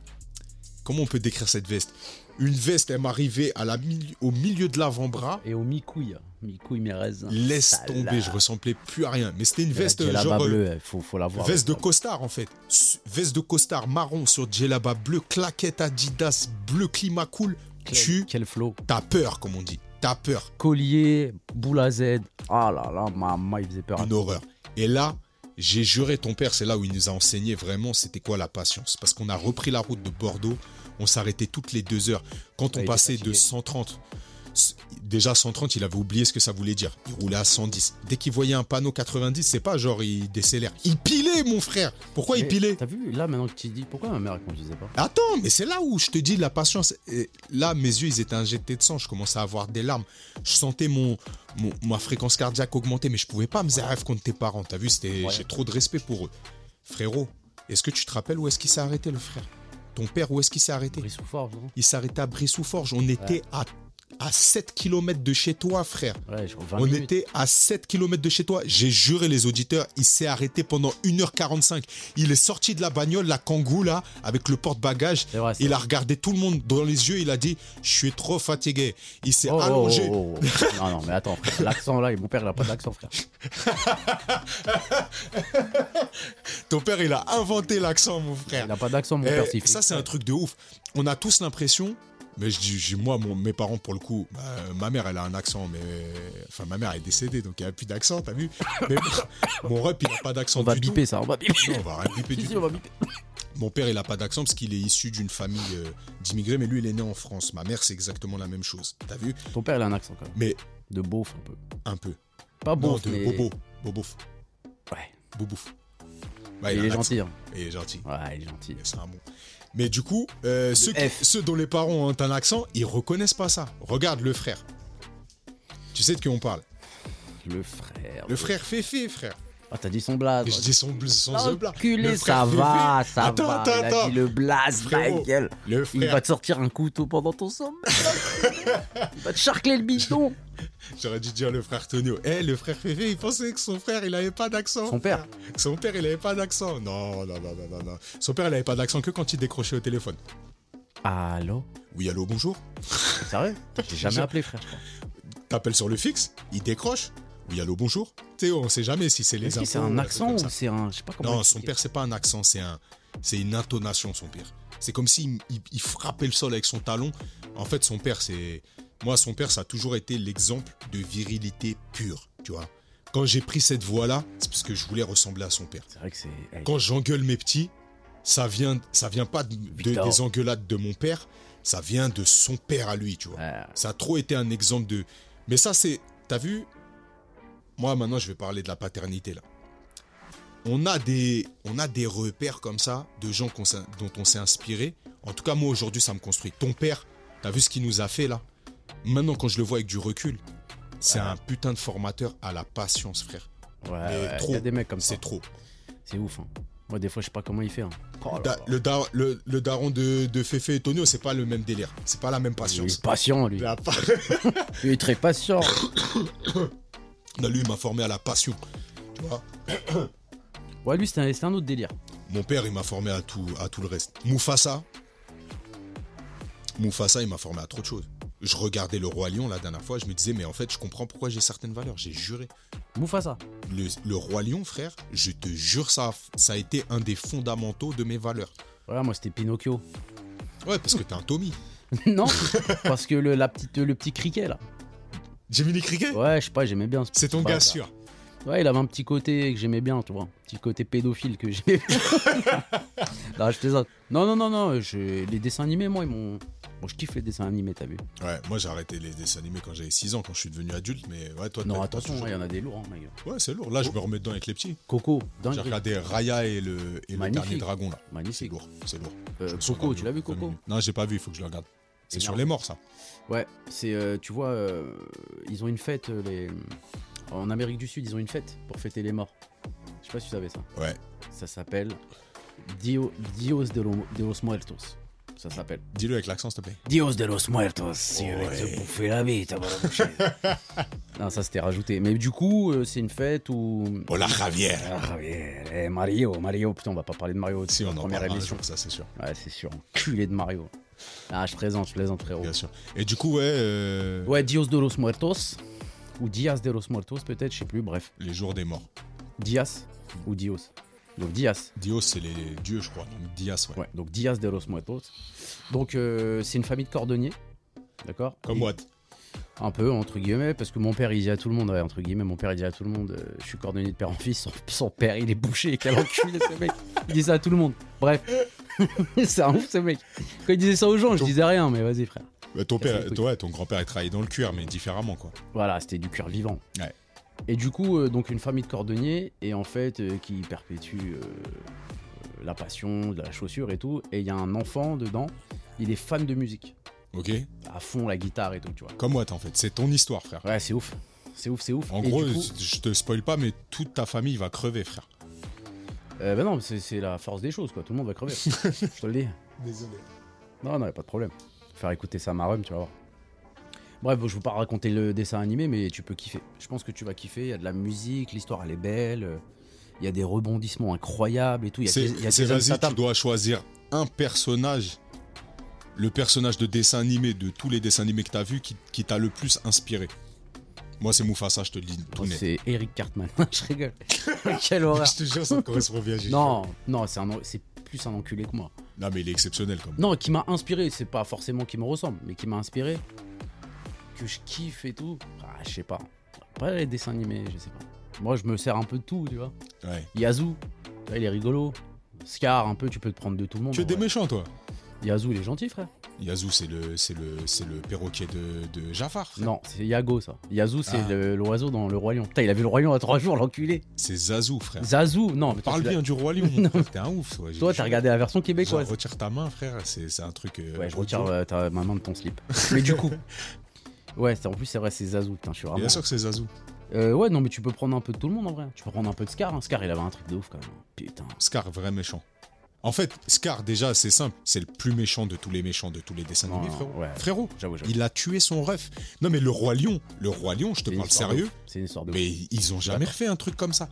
Speaker 3: Comment on peut décrire cette veste Une veste, elle m'arrivait à la mili- au milieu de l'avant-bras.
Speaker 2: Et au mi-couille, hein. mi-couille, mes raisins.
Speaker 3: Laisse
Speaker 2: Sale.
Speaker 3: tomber, je ressemblais plus à rien. Mais c'était une
Speaker 2: Et la
Speaker 3: veste euh,
Speaker 2: djellaba
Speaker 3: genre. euh,
Speaker 2: bleue, faut, faut la voir.
Speaker 3: Veste de costard en fait. S- Veste de costard marron sur djellaba bleu, claquette Adidas bleu climat cool.
Speaker 2: Quel-
Speaker 3: Tu
Speaker 2: Quel flow.
Speaker 3: t'as peur comme on dit. T'as peur.
Speaker 2: Collier, boule à Z. Ah là là, maman, il faisait peur. à
Speaker 3: Une horreur. Et là, j'ai juré ton père, c'est là où il nous a enseigné vraiment c'était quoi la patience. Parce qu'on a repris la route de Bordeaux, on s'arrêtait toutes les deux heures. Quand
Speaker 2: Ouais, il
Speaker 3: on
Speaker 2: était
Speaker 3: passait de
Speaker 2: fatigué.
Speaker 3: 130, s- déjà 130, il avait oublié ce que ça voulait dire. Il roulait à 110. Dès qu'il voyait un panneau 90, c'est pas genre il décélère. Il pilait, mon frère. Pourquoi il
Speaker 2: Mais
Speaker 3: pilait
Speaker 2: T'as vu, là maintenant que tu dis, pourquoi ma mère elle conduisait pas
Speaker 3: Attends, mais c'est là où je te dis la patience. Et là, mes yeux, ils étaient injectés de sang. Je commençais à avoir des larmes. Je sentais mon, mon- ma fréquence cardiaque augmenter, mais je pouvais pas me zérev contre tes parents. T'as vu, c'était,
Speaker 2: Ouais.
Speaker 3: j'ai trop de respect pour eux. Frérot, Est-ce que tu te rappelles où est-ce qu'il s'est arrêté, le frère Ton père, où est-ce qu'il s'est arrêté
Speaker 2: Bris sous hein. forge, non
Speaker 3: Il s'est arrêté à Brissouforge. On était à, à 7 km de chez toi, frère.
Speaker 2: Ouais, je crois
Speaker 3: On était à 7 km de chez toi. J'ai juré les auditeurs, il s'est arrêté pendant 1h45. Il est sorti de la bagnole, la kangou, là, avec le porte-bagages.
Speaker 2: C'est vrai, c'est
Speaker 3: Il a
Speaker 2: vrai.
Speaker 3: regardé tout le monde dans les yeux. Il a dit Je suis trop fatigué. Il s'est
Speaker 2: Oh, oh,
Speaker 3: allongé.
Speaker 2: oh, oh, oh. Non, non, mais attends, frère, l'accent là, mon père, il a pas d'accent, frère.
Speaker 3: Ton père, il a inventé l'accent, mon frère.
Speaker 2: Il a pas d'accent, mon
Speaker 3: Eh,
Speaker 2: père, s'il fait
Speaker 3: ça, c'est un truc de ouf. On a tous l'impression. Mais je dis, j'ai- moi, mon- mes parents, pour le coup, bah, euh, ma mère, elle a un accent, mais. Enfin, ma mère est décédée, donc il n'y a plus d'accent, t'as vu Mais mon- mon rep, il n'a pas d'accent
Speaker 2: On va
Speaker 3: du tout.
Speaker 2: biper ça, on va biper.
Speaker 3: Non, on va rien biper du
Speaker 2: Si, si,
Speaker 3: tout.
Speaker 2: on va biper.
Speaker 3: Mon père, il n'a pas d'accent parce qu'il est issu d'une famille euh, d'immigrés, mais lui, il est né en France. Ma mère, c'est exactement la même chose. T'as vu
Speaker 2: Ton père, il a un accent quand même.
Speaker 3: Mais
Speaker 2: De beauf, un peu.
Speaker 3: un peu.
Speaker 2: Pas
Speaker 3: Non,
Speaker 2: beauf,
Speaker 3: de
Speaker 2: mais...
Speaker 3: bobo. Bobouf.
Speaker 2: Ouais.
Speaker 3: Boubouf. Bah,
Speaker 2: Il
Speaker 3: a
Speaker 2: est
Speaker 3: un accent.
Speaker 2: gentil, hein.
Speaker 3: Il est gentil.
Speaker 2: Ouais, il est gentil.
Speaker 3: C'est un bon. Mais du coup, euh, ceux, qui-
Speaker 2: F.
Speaker 3: ceux dont les parents ont un accent, ils reconnaissent pas ça. Regarde le frère. Tu sais de qui on parle
Speaker 2: Le frère.
Speaker 3: Le frère Féfé, frère.
Speaker 2: Ah, t'as dit son blaze.
Speaker 3: Je dis son, son, son blague.
Speaker 2: Enculé,
Speaker 3: Le
Speaker 2: ça
Speaker 3: frère Féfé.
Speaker 2: va, ça
Speaker 3: Attends,
Speaker 2: va.
Speaker 3: attends,
Speaker 2: il a
Speaker 3: attends.
Speaker 2: dit le blaze, ta
Speaker 3: Frérot.
Speaker 2: gueule.
Speaker 3: Le
Speaker 2: Il
Speaker 3: frère.
Speaker 2: va te sortir un couteau pendant ton sommeil. il va te charcler le bidon.
Speaker 3: J'aurais dû dire le frère Tonio. Eh, le frère Féfé, il pensait que son frère, il avait pas d'accent.
Speaker 2: Son père.
Speaker 3: Son père, il avait pas d'accent. Non, non, non, non, non, non. Son père, il avait pas d'accent que quand il décrochait au téléphone.
Speaker 2: Allô
Speaker 3: Oui, allô, bonjour.
Speaker 2: Sérieux J'ai jamais appelé, frère, je crois.
Speaker 3: T'appelles sur le fixe, il décroche. Oui, allô, bonjour. Théo, on sait jamais si c'est les
Speaker 2: Est-ce que
Speaker 3: impôts.
Speaker 2: c'est
Speaker 3: ou
Speaker 2: un
Speaker 3: truc
Speaker 2: accent
Speaker 3: comme
Speaker 2: ou
Speaker 3: ça.
Speaker 2: c'est un. Je sais pas comment.
Speaker 3: Non, son
Speaker 2: expliquer.
Speaker 3: père, c'est pas un accent, c'est un, c'est une intonation, son père. C'est comme s'il il- il frappait le sol avec son talon. En fait, son père, c'est. Moi, son père, ça a toujours été l'exemple de virilité pure, tu vois. Quand j'ai pris cette voix-là, c'est parce que je voulais ressembler à son père.
Speaker 2: C'est vrai que c'est. hey,
Speaker 3: Quand j'engueule mes petits, ça vient, ça vient pas de- de-
Speaker 2: Victor.
Speaker 3: des engueulades de mon père, ça vient de son père à lui, tu vois.
Speaker 2: ouais.
Speaker 3: Ça a trop été un exemple de. Mais ça, c'est. T'as vu Moi, maintenant, je vais parler de la paternité, là. On a des, on a des repères comme ça, de gens qu'on s'in- dont on s'est inspiré. En tout cas, moi, aujourd'hui, ça me construit. Ton père, t'as vu ce qu'il nous a fait, là Maintenant, quand je le vois avec du recul, c'est
Speaker 2: Ouais.
Speaker 3: un putain de formateur à la patience, frère.
Speaker 2: Ouais,
Speaker 3: Mais
Speaker 2: ouais,
Speaker 3: trop.
Speaker 2: y a des mecs comme ça.
Speaker 3: C'est trop.
Speaker 2: C'est ouf. hein. Moi, des fois, je sais pas comment il fait. hein. Oh là
Speaker 3: Da-
Speaker 2: là.
Speaker 3: le, dar- le, le daron de, de Féfé et Tonio, c'est pas le même délire. C'est pas la même
Speaker 2: Il
Speaker 3: patience.
Speaker 2: est patient, lui.
Speaker 3: La pa-
Speaker 2: Il est très patient.
Speaker 3: Non, lui, il m'a formé à la passion. Tu vois
Speaker 2: Ouais, lui, c'est un, c'est un autre délire.
Speaker 3: Mon père, il m'a formé à tout, à tout le reste. Mufasa. Mufasa, il m'a formé à trop de choses. Je regardais le Roi Lion la dernière fois, je me disais, mais en fait, je comprends pourquoi j'ai certaines valeurs. J'ai juré.
Speaker 2: Mufasa.
Speaker 3: Le, le Roi Lion, frère, je te jure, ça, a- ça a été un des fondamentaux de mes valeurs.
Speaker 2: Voilà, moi, c'était Pinocchio.
Speaker 3: Ouais, parce que t'es un Tommy.
Speaker 2: non, parce que le, la petite, le petit criquet, là.
Speaker 3: Jiminy Cricket
Speaker 2: Ouais, je sais pas, j'aimais bien. ce
Speaker 3: C'est ton
Speaker 2: bâtard.
Speaker 3: gars sûr.
Speaker 2: Ouais, il avait un petit côté que j'aimais bien, tu vois. Un petit côté pédophile que j'aimais bien. non, je plaisante. Non, non, non, non. je- Les dessins animés, moi, ils m'ont. Bon, je kiffe les dessins animés, t'as vu.
Speaker 3: Ouais, moi j'ai arrêté les dessins animés quand j'avais 6 ans, quand je suis devenu adulte, mais ouais, toi,
Speaker 2: Non,
Speaker 3: t'as-
Speaker 2: attention, Oh. il
Speaker 3: t'as toujours-
Speaker 2: y en a des lourds, hein, mec.
Speaker 3: Ouais, c'est lourd. Là, je me remets dedans avec les petits.
Speaker 2: Coco,
Speaker 3: J'ai
Speaker 2: dingue.
Speaker 3: regardé Raya et le, et le
Speaker 2: Magnifique.
Speaker 3: dernier dragon, là. C'est
Speaker 2: Magnifique.
Speaker 3: lourd, c'est lourd.
Speaker 2: Euh,
Speaker 3: Je me suis
Speaker 2: Coco,
Speaker 3: endormi
Speaker 2: tu l'as vu,
Speaker 3: au premier
Speaker 2: Coco
Speaker 3: minute. Non, j'ai pas vu, il faut que je le regarde. C'est
Speaker 2: Énorme.
Speaker 3: sur les morts, ça.
Speaker 2: Ouais, c'est, euh, tu vois, euh, ils ont une fête, euh, les... en Amérique du Sud, ils ont une fête pour fêter les morts. Je sais pas si tu savais ça.
Speaker 3: Ouais.
Speaker 2: Ça s'appelle Dio- Dios de, lo- de los Muertos. Ça s'appelle.
Speaker 3: Dis-le avec l'accent, s'il te plaît.
Speaker 2: Dios de los Muertos, si
Speaker 3: je vais te
Speaker 2: bouffer la vie, Non, ça c'était rajouté. Mais du coup, euh, c'est une fête où.
Speaker 3: Hola, Javier.
Speaker 2: Ah, Javier, eh, Mario, Mario, putain, on va pas parler de Mario.
Speaker 3: Si,
Speaker 2: c'est la
Speaker 3: on en
Speaker 2: première
Speaker 3: parle un
Speaker 2: émission.
Speaker 3: jour, ça, c'est sûr.
Speaker 2: Ouais, c'est sûr, enculé de Mario. Ah, je plaisante, je plaisante, frérot.
Speaker 3: Bien sûr. Et du coup, ouais, euh,
Speaker 2: Ouais, Dios de los Muertos. Ou Dias de los Muertos, peut-être, je sais plus, bref.
Speaker 3: les jours des morts.
Speaker 2: Dias ou Dios. Donc Dias.
Speaker 3: Dios, c'est les dieux, je crois. Donc, Dias, ouais.
Speaker 2: Ouais, donc Dias de los Muertos. Donc euh, c'est une famille de cordonniers. D'accord
Speaker 3: Comme
Speaker 2: Et-
Speaker 3: what
Speaker 2: Un peu, entre guillemets, parce que mon père, il dit à tout le monde, ouais, entre guillemets, mon père, il dit à tout le monde, euh, je suis cordonnier de père en fils, son, son père, il est bouché, quel enculé ce mec. Il dit ça à tout le monde. Bref. c'est un ouf ce mec. Quand il disait ça aux gens, je disais rien, mais vas-y frère.
Speaker 3: Bah, Ton
Speaker 2: Casse le
Speaker 3: père,
Speaker 2: truc.
Speaker 3: toi, ton grand-père, il travaillait dans le cuir, mais différemment, quoi.
Speaker 2: Voilà, c'était du cœur vivant.
Speaker 3: Ouais.
Speaker 2: Et du coup, euh, donc une famille de cordonniers, et en fait, euh, qui perpétue euh, euh, la passion de la chaussure et tout. Et il y a un enfant dedans, il est fan de musique,
Speaker 3: Ok
Speaker 2: à fond la guitare et tout, tu vois.
Speaker 3: Comme what, en fait. C'est ton histoire, frère.
Speaker 2: Ouais, c'est ouf. C'est ouf, c'est ouf.
Speaker 3: En
Speaker 2: Et
Speaker 3: gros,
Speaker 2: du coup-
Speaker 3: je te spoil pas, mais toute ta famille va crever, frère.
Speaker 2: Euh, bah non, c'est c'est la force des choses, quoi. Tout le monde va crever. je te le dis.
Speaker 3: Désolé.
Speaker 2: Non, non, y a pas de problème. Faire écouter ça à Marum, tu vas voir. Bref, bon, je ne veux pas raconter le dessin animé, mais tu peux kiffer. Je pense que tu vas kiffer. Il y a de la musique, l'histoire elle est belle. euh, Il y a des rebondissements incroyables et tout. Il y a
Speaker 3: C'est
Speaker 2: des- il y a
Speaker 3: c'est
Speaker 2: des hommes
Speaker 3: vas-y, tu
Speaker 2: satanes.
Speaker 3: dois choisir un personnage, le personnage de dessin animé, de tous les dessins animés que t'as vu, qui, qui t'a le plus inspiré. Moi, c'est Mufasa, je te le dis. tout
Speaker 2: Oh,
Speaker 3: net.
Speaker 2: C'est Eric Cartman. je rigole. Quelle horreur.
Speaker 3: Je te jure, ça correspond bien. j'ai
Speaker 2: Non, non, c'est un en- c'est plus un enculé que moi.
Speaker 3: chaud. Non, mais il est exceptionnel quand même.
Speaker 2: Non, qui m'a inspiré, c'est pas forcément qui me ressemble, mais qui m'a inspiré, que je kiffe et tout. Ah, je sais pas. Après les dessins animés, je sais pas. Moi, je me sers un peu de tout, tu vois.
Speaker 3: Ouais.
Speaker 2: Yazoo, tu vois, il est rigolo. Scar, un peu, tu peux te prendre de tout le monde.
Speaker 3: Tu es
Speaker 2: en
Speaker 3: des
Speaker 2: vrai.
Speaker 3: méchants, toi.
Speaker 2: Yazoo, il est gentil, frère.
Speaker 3: Yazoo, c'est le, c'est le, c'est le perroquet de, de Jafar. frère.
Speaker 2: Non, c'est Yago, ça. Yazoo, c'est
Speaker 3: Ah.
Speaker 2: le- l'oiseau dans Le Roi Lion. Putain, il a vu Le Roi Lion à trois jours, l'enculé.
Speaker 3: C'est Zazou, frère.
Speaker 2: Zazou, non, mais toi,
Speaker 3: Parle
Speaker 2: tu l'as-
Speaker 3: bien du roi lion.
Speaker 2: Non.
Speaker 3: frère, T'es un ouf, toi.
Speaker 2: toi, t'as regardé la version
Speaker 3: Genre,
Speaker 2: québécoise.
Speaker 3: retire ta main, frère. C'est c'est un truc. euh,
Speaker 2: Ouais, je
Speaker 3: audio.
Speaker 2: retire euh, ta, ma main de ton slip. Mais du coup. Ouais, c'est- en plus, c'est vrai, c'est Zazou, putain, je suis vraiment.
Speaker 3: Bien sûr que c'est Zazou.
Speaker 2: Euh, ouais, non, mais tu peux prendre un peu de tout le monde en vrai. Tu peux prendre un peu de Scar. hein. Scar, il avait un truc de ouf quand même. Putain.
Speaker 3: Scar, vrai méchant. En fait, Scar, déjà, c'est simple. C'est le plus méchant de tous les méchants de tous les dessins
Speaker 2: Non,
Speaker 3: animés,
Speaker 2: non,
Speaker 3: frérot.
Speaker 2: ouais.
Speaker 3: Frérot,
Speaker 2: J'avoue, j'avoue.
Speaker 3: il a tué son ref. Non, mais le roi lion, le roi lion, je te
Speaker 2: C'est une
Speaker 3: parle
Speaker 2: histoire de
Speaker 3: sérieux,
Speaker 2: ouf. C'est une histoire de. ouf.
Speaker 3: mais ils ont jamais refait un truc comme ça.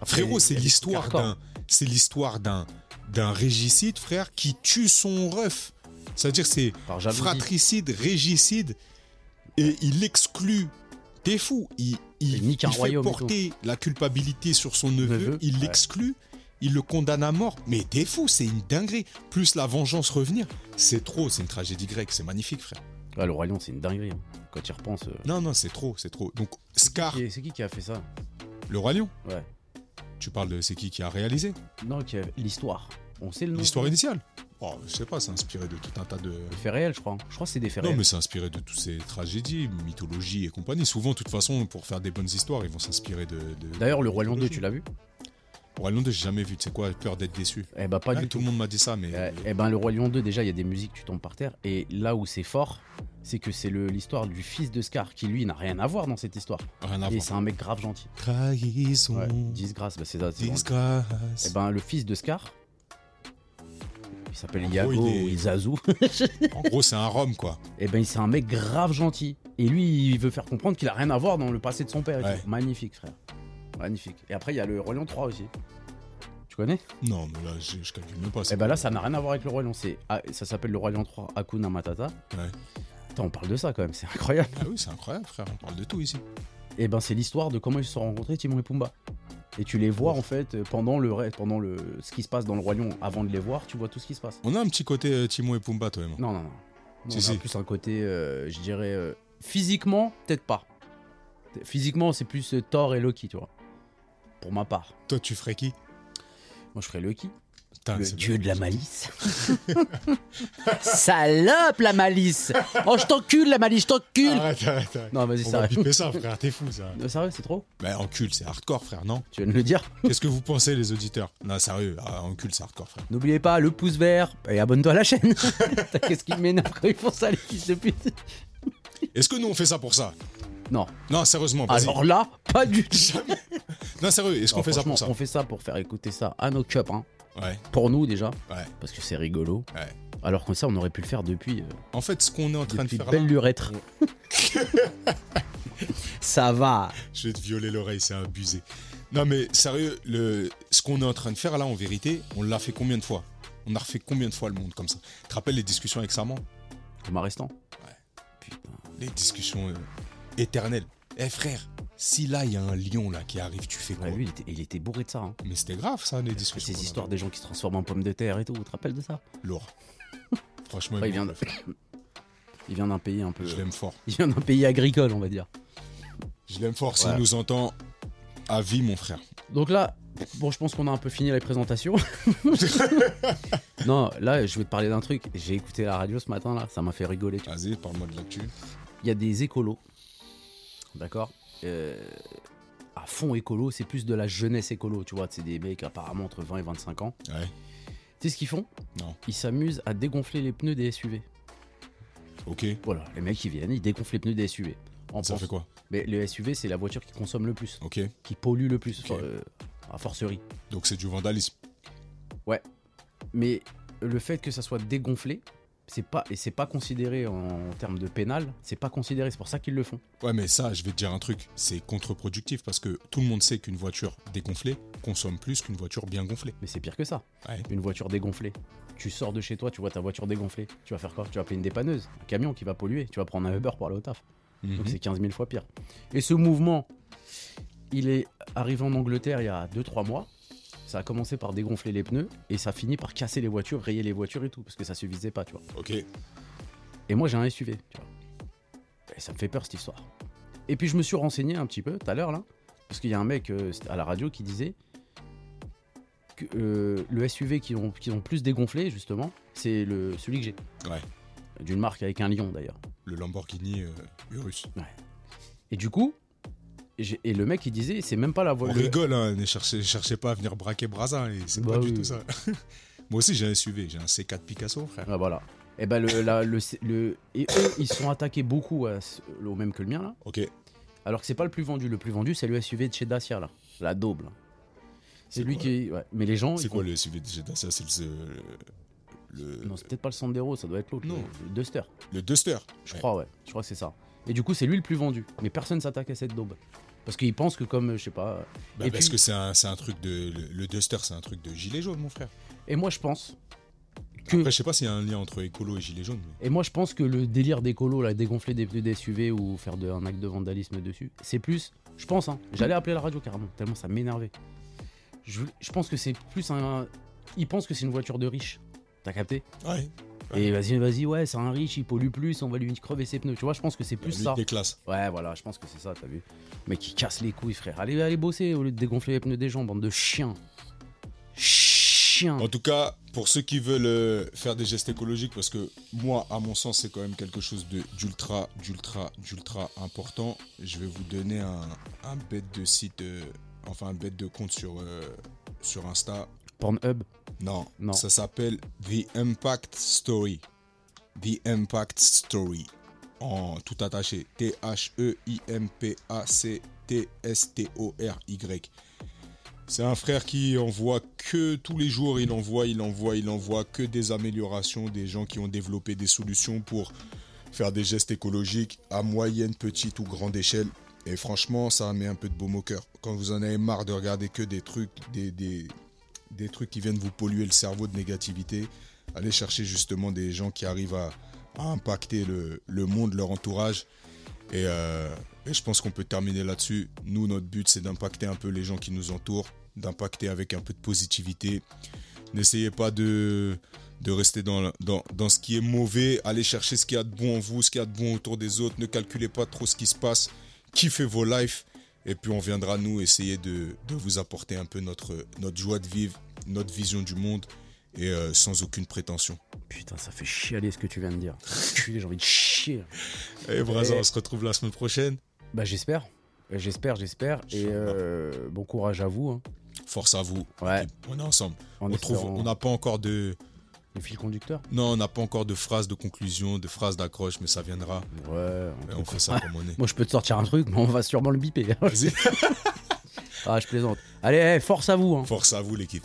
Speaker 2: Après,
Speaker 3: Frérot,
Speaker 2: il
Speaker 3: c'est
Speaker 2: y a des
Speaker 3: l'histoire
Speaker 2: trucs hardcore.
Speaker 3: d'un, c'est l'histoire d'un, d'un régicide, frère, qui tue son ref. C'est-à-dire, c'est
Speaker 2: Par jalousie.
Speaker 3: fratricide, régicide, et il exclut. T'es fou. Il, il,
Speaker 2: Il nique un
Speaker 3: fait
Speaker 2: royaume et tout.
Speaker 3: porter la culpabilité sur son neveu.
Speaker 2: Neveu,
Speaker 3: il
Speaker 2: ouais.
Speaker 3: l'exclut. Il le condamne à mort. Mais t'es fou, c'est une dinguerie. Plus la vengeance revenir, c'est trop. C'est une tragédie grecque. C'est magnifique, frère.
Speaker 2: Ouais, le Roi Lion, c'est une dinguerie. hein. Quand tu y repenses. euh,
Speaker 3: Non, non, c'est trop, c'est trop. Donc, Scar,
Speaker 2: qui est- C'est qui qui a fait ça
Speaker 3: le roi lion.
Speaker 2: Ouais.
Speaker 3: Tu parles de c'est qui qui a réalisé
Speaker 2: Non, qui a... l'histoire. On sait le nom.
Speaker 3: l'histoire initiale Oh, je sais pas, c'est inspiré de tout un tas de.
Speaker 2: Des faits réels, je crois. hein. Je crois que c'est des faits
Speaker 3: Non,
Speaker 2: réels.
Speaker 3: mais c'est inspiré de toutes ces tragédies, mythologies et compagnie. Souvent, de toute façon, pour faire des bonnes histoires, ils vont s'inspirer de. de-
Speaker 2: D'ailleurs, le
Speaker 3: de
Speaker 2: Roi Lion 2,
Speaker 3: mythologie.
Speaker 2: tu l'as vu
Speaker 3: Roi Lion 2, j'ai jamais vu. Tu sais quoi, peur d'être déçu.
Speaker 2: Eh bah, pas
Speaker 3: Ah,
Speaker 2: du tout.
Speaker 3: tout le monde m'a dit ça, mais.
Speaker 2: Euh, Eh ben, le Roi Lion 2, déjà, il y a des musiques, tu tombes par terre. Et là où c'est fort, c'est que c'est le- l'histoire du fils de Scar qui, lui, n'a rien à voir dans cette histoire.
Speaker 3: Rien à
Speaker 2: Et
Speaker 3: voir.
Speaker 2: c'est un mec grave gentil.
Speaker 3: Trahison.
Speaker 2: Ouais. Disgrâce, bah, c'est ça. c'est
Speaker 3: Disgrâce.
Speaker 2: Eh ben, le fils de Scar, il s'appelle
Speaker 3: En
Speaker 2: Iago
Speaker 3: gros, Ah, oh, il est-
Speaker 2: ou Izazu. ben-
Speaker 3: En gros, c'est un rhum, quoi.
Speaker 2: Eh ben, c'est un mec grave gentil. Et lui, il veut faire comprendre qu'il a rien à voir dans le passé de son père. et
Speaker 3: Ouais.
Speaker 2: tout. Magnifique, frère. Magnifique. Et après, il y a le Roi Lion 3 aussi. Tu connais
Speaker 3: Non, mais là, je, je calcule même pas.
Speaker 2: Eh ben là, ça n'a rien à voir avec le Roi Lion. C'est- ah, ça s'appelle le Roi Lion 3 Hakuna Matata.
Speaker 3: Ouais.
Speaker 2: Putain, on parle de ça quand même, c'est incroyable.
Speaker 3: Ah oui, c'est incroyable, frère. On parle de tout ici.
Speaker 2: Eh ben, c'est l'histoire de comment ils se sont rencontrés, Timon et Pumba. Et tu les vois en fait pendant le reste- pendant le ce qui se passe dans le Roi Lion. Avant de les voir, tu vois tout ce qui se passe.
Speaker 3: On a un petit côté euh, Timon et Pumba, toi et moi.
Speaker 2: Non, non, non. Nous,
Speaker 3: Si,
Speaker 2: on a
Speaker 3: si.
Speaker 2: plus un côté, euh, je dirais, euh, physiquement, peut-être pas. Physiquement, c'est plus euh, Thor et Loki, tu vois. Pour ma part.
Speaker 3: Toi, tu ferais qui
Speaker 2: Moi, je ferais Loki.
Speaker 3: Putain,
Speaker 2: le
Speaker 3: Ah, c'est
Speaker 2: dieu
Speaker 3: bien.
Speaker 2: de la malice. Salope, la malice Oh, je t'encule, la malice, je t'encule
Speaker 3: Arrête, arrête, arrête.
Speaker 2: Non, vas-y,
Speaker 3: Ah On
Speaker 2: ça
Speaker 3: va
Speaker 2: va.
Speaker 3: piper ça, frère. T'es fou, ça.
Speaker 2: Non, Sérieux, c'est trop
Speaker 3: Bah, encul, c'est hardcore, frère, non
Speaker 2: Tu viens de le dire.
Speaker 3: Qu'est-ce que vous pensez, les auditeurs Non, sérieux, ah, encul, c'est hardcore, frère.
Speaker 2: N'oubliez pas, le pouce vert, et abonne-toi à la chaîne. Putain, Qu'est-ce qui m'énerve quand ils font ça, les fils de pute
Speaker 3: Est-ce que nous, on fait ça pour ça
Speaker 2: Non,
Speaker 3: Non, sérieusement, vas-y.
Speaker 2: alors là, pas du tout.
Speaker 3: Non, sérieux, est-ce qu'on
Speaker 2: Non,
Speaker 3: fait ça pour ça
Speaker 2: franchement, On fait ça pour faire écouter ça à nos cups, hein.
Speaker 3: Ouais,
Speaker 2: pour nous déjà,
Speaker 3: Ouais.
Speaker 2: parce que c'est rigolo.
Speaker 3: ouais.
Speaker 2: Alors comme ça, on aurait pu le faire depuis, euh,
Speaker 3: En fait, ce qu'on est en train de
Speaker 2: depuis
Speaker 3: faire
Speaker 2: belle
Speaker 3: là,
Speaker 2: lurette. ça va.
Speaker 3: je vais te violer l'oreille, c'est abusé. Non, mais sérieux, le... ce qu'on est en train de faire là, en vérité, on l'a fait combien de fois On a refait combien de fois le monde comme ça Tu te rappelles les discussions avec Sarman
Speaker 2: Thomas Restant.
Speaker 3: Ouais.
Speaker 2: Putain.
Speaker 3: Les discussions euh, éternelles. Eh frère, si là, il y a un lion là qui arrive, tu fais quoi
Speaker 2: Ouais, lui, il était, il était bourré de ça. hein.
Speaker 3: Mais c'était grave, ça, les discussions.
Speaker 2: Ces
Speaker 3: qu'on
Speaker 2: histoires
Speaker 3: avait.
Speaker 2: des gens qui se transforment en pommes de terre et tout, tu te rappelles de ça
Speaker 3: Lourd. Franchement,
Speaker 2: Après, il
Speaker 3: il
Speaker 2: vient
Speaker 3: me-
Speaker 2: de- Il vient d'un pays un peu.
Speaker 3: je l'aime fort.
Speaker 2: Il vient d'un pays agricole, on va dire.
Speaker 3: Je l'aime fort. S'il
Speaker 2: Voilà.
Speaker 3: nous entend, à vie, mon frère.
Speaker 2: Donc là, bon, je pense qu'on a un peu fini les présentations. non, là, je vais te parler d'un truc. J'ai écouté la radio ce matin, là, ça m'a fait rigoler. tu
Speaker 3: Vas-y, parle-moi de l'actu.
Speaker 2: il y a des écolos, d'accord Euh, À fond écolo, c'est plus de la jeunesse écolo, tu vois, c'est des mecs apparemment entre 20 et 25 ans.
Speaker 3: Ouais.
Speaker 2: Tu sais ce qu'ils font
Speaker 3: Non.
Speaker 2: Ils s'amusent à dégonfler les pneus des SUV.
Speaker 3: Ok.
Speaker 2: Voilà, les mecs ils viennent, ils dégonflent les pneus des SUV. En
Speaker 3: Ça
Speaker 2: pense-
Speaker 3: fait quoi
Speaker 2: Mais le SUV c'est la voiture qui consomme le plus,
Speaker 3: Ok.
Speaker 2: qui pollue le plus.
Speaker 3: Ok.
Speaker 2: Euh, a forcerie.
Speaker 3: Donc c'est du vandalisme.
Speaker 2: Mais le fait que ça soit dégonflé, c'est pas et c'est pas considéré en termes de pénal, c'est pas considéré. C'est pour ça qu'ils le font.
Speaker 3: Ouais, mais ça, je vais te dire un truc, c'est contre-productif parce que tout le monde sait qu'une voiture dégonflée consomme plus qu'une voiture bien gonflée.
Speaker 2: Mais c'est pire que ça.
Speaker 3: Ouais.
Speaker 2: Une voiture dégonflée. Tu sors de chez toi, tu vois ta voiture dégonflée. Tu vas faire quoi Tu vas appeler une dépanneuse, un camion qui va polluer. Tu vas prendre un Uber pour aller au taf.
Speaker 3: Mhm.
Speaker 2: Donc c'est 15 000 fois pire. Et ce mouvement, il est arrivé en Angleterre il y a 2-3 mois. Ça a commencé par dégonfler les pneus et ça finit par casser les voitures, rayer les voitures et tout, parce que ça suffisait pas, tu vois.
Speaker 3: Ok.
Speaker 2: Et moi j'ai un SUV, tu vois. Et ça me fait peur cette histoire. Et puis je me suis renseigné un petit peu tout à l'heure là, parce qu'il y a un mec euh, c'était à la radio qui disait que euh, le SUV qui ont, qui ont plus dégonflé justement, c'est le celui que j'ai.
Speaker 3: Ouais.
Speaker 2: D'une marque avec un lion d'ailleurs.
Speaker 3: Le Lamborghini euh, Urus.
Speaker 2: Et du coup, j'ai- et le mec il disait c'est même pas la
Speaker 3: On
Speaker 2: voie. le-
Speaker 3: rigole, hein, ne cherchez, cherchez pas à venir braquer Braza, et c'est
Speaker 2: Bah
Speaker 3: pas
Speaker 2: oui.
Speaker 3: du tout ça. Moi aussi, j'ai un SUV, j'ai un C4 Picasso, frère.
Speaker 2: Ah, voilà. Et ben le, la- le, le- et eux ils sont attaqués beaucoup à ce- au même que le mien là.
Speaker 3: Ok.
Speaker 2: Alors que c'est pas le plus vendu. Le plus vendu c'est le SUV de chez Dacia là, la Daube. là. C'est
Speaker 3: C'est
Speaker 2: lui
Speaker 3: quoi
Speaker 2: qui. ouais. Mais les gens.
Speaker 3: C'est
Speaker 2: ils
Speaker 3: quoi le SUV de Jetta Ça, C'est le. Le,
Speaker 2: Non, c'est peut-être pas le Sandero, ça doit être l'autre.
Speaker 3: Non.
Speaker 2: Le, le Duster,
Speaker 3: le Duster.
Speaker 2: je crois, ouais. Je crois que c'est ça. Et du coup, c'est lui le plus vendu. Mais personne s'attaque à cette daube. Parce qu'ils pensent que, comme, euh, je sais pas. euh,
Speaker 3: Bah,
Speaker 2: Et
Speaker 3: parce
Speaker 2: puis-
Speaker 3: que c'est un, c'est un truc de. Le, le Duster, c'est un truc de gilet jaune, mon frère.
Speaker 2: Et moi, je pense. Que...
Speaker 3: Après, je sais pas s'il y a un lien entre écolo et gilet jaune. mais-
Speaker 2: Et moi, je pense que le délire d'écolo, là, dégonfler des pneus des SUV ou faire de, un acte de vandalisme dessus, c'est plus. Je pense, hein. J'allais appeler la radio carrément, tellement ça m'énervait. Je, je pense que c'est plus un. Ils pensent que c'est une voiture de riche. T'as capté
Speaker 3: Ouais,
Speaker 2: Et vas-y, vas-y, ouais, c'est un riche, il pollue plus, on va lui crever ses pneus. Tu vois, je pense que c'est
Speaker 3: la
Speaker 2: plus
Speaker 3: lutte
Speaker 2: ça.
Speaker 3: des classes.
Speaker 2: Ouais, voilà, je pense que c'est ça, t'as vu. Mais qui casse les couilles, frère. Allez, allez bosser au lieu de dégonfler les pneus des gens, bande de chiens. Chiens.
Speaker 3: En tout cas, pour ceux qui veulent euh, faire des gestes écologiques, parce que moi, à mon sens, c'est quand même quelque chose de- d'ultra, d'ultra, d'ultra important. Je vais vous donner un, un bête de site, euh, enfin un bête de compte sur, euh, sur Insta.
Speaker 2: Pornhub.
Speaker 3: Non,
Speaker 2: Non.
Speaker 3: ça s'appelle The Impact Story. The Impact Story. En tout attaché. E T-H-E-I-M-P-A-C-T-S-T-O-R-Y. C'est un frère qui envoie que tous les jours, il envoie, il envoie, il envoie que des améliorations, des gens qui ont développé des solutions pour faire des gestes écologiques à moyenne, petite ou grande échelle. Et franchement, ça met un peu de baume au cœur. Quand vous en avez marre de regarder que des trucs, des, des, des trucs qui viennent vous polluer le cerveau de négativité, allez chercher justement des gens qui arrivent à, à impacter le, le monde, leur entourage. Et, euh, et je pense qu'on peut terminer là-dessus. Nous, notre but, c'est d'impacter un peu les gens qui nous entourent, d'impacter avec un peu de positivité. N'essayez pas de, de rester dans, dans, dans ce qui est mauvais. Allez chercher ce qu'il y a de bon en vous, ce qu'il y a de bon autour des autres. Ne calculez pas trop ce qui se passe. Kiffez vos lives. Et puis on viendra, nous, essayer de, de vous apporter un peu notre, notre joie de vivre, notre vision du monde, et euh, sans aucune prétention.
Speaker 2: Putain, ça fait chialer ce que tu viens de dire. Enculé, J'ai envie de chier.
Speaker 3: Et Braza,
Speaker 2: Eh.
Speaker 3: on se retrouve la semaine prochaine.
Speaker 2: Bah, j'espère. Euh, J'espère, j'espère. Et euh, bon courage à vous. hein.
Speaker 3: Force à vous.
Speaker 2: Ouais.
Speaker 3: On est ensemble.
Speaker 2: En
Speaker 3: on trouve,
Speaker 2: espérant-
Speaker 3: on n'a pas encore de,
Speaker 2: le fil conducteur.
Speaker 3: non, on n'a pas encore de phrase de conclusion, de phrase d'accroche, mais ça viendra.
Speaker 2: Ouais. on
Speaker 3: Et
Speaker 2: trouve-
Speaker 3: on fait ça comme on est.
Speaker 2: Moi, je peux te sortir un truc, mais on va sûrement le biper.
Speaker 3: Vas-y.
Speaker 2: ah, je plaisante. Allez, eh, force à vous. hein.
Speaker 3: Force à vous, l'équipe.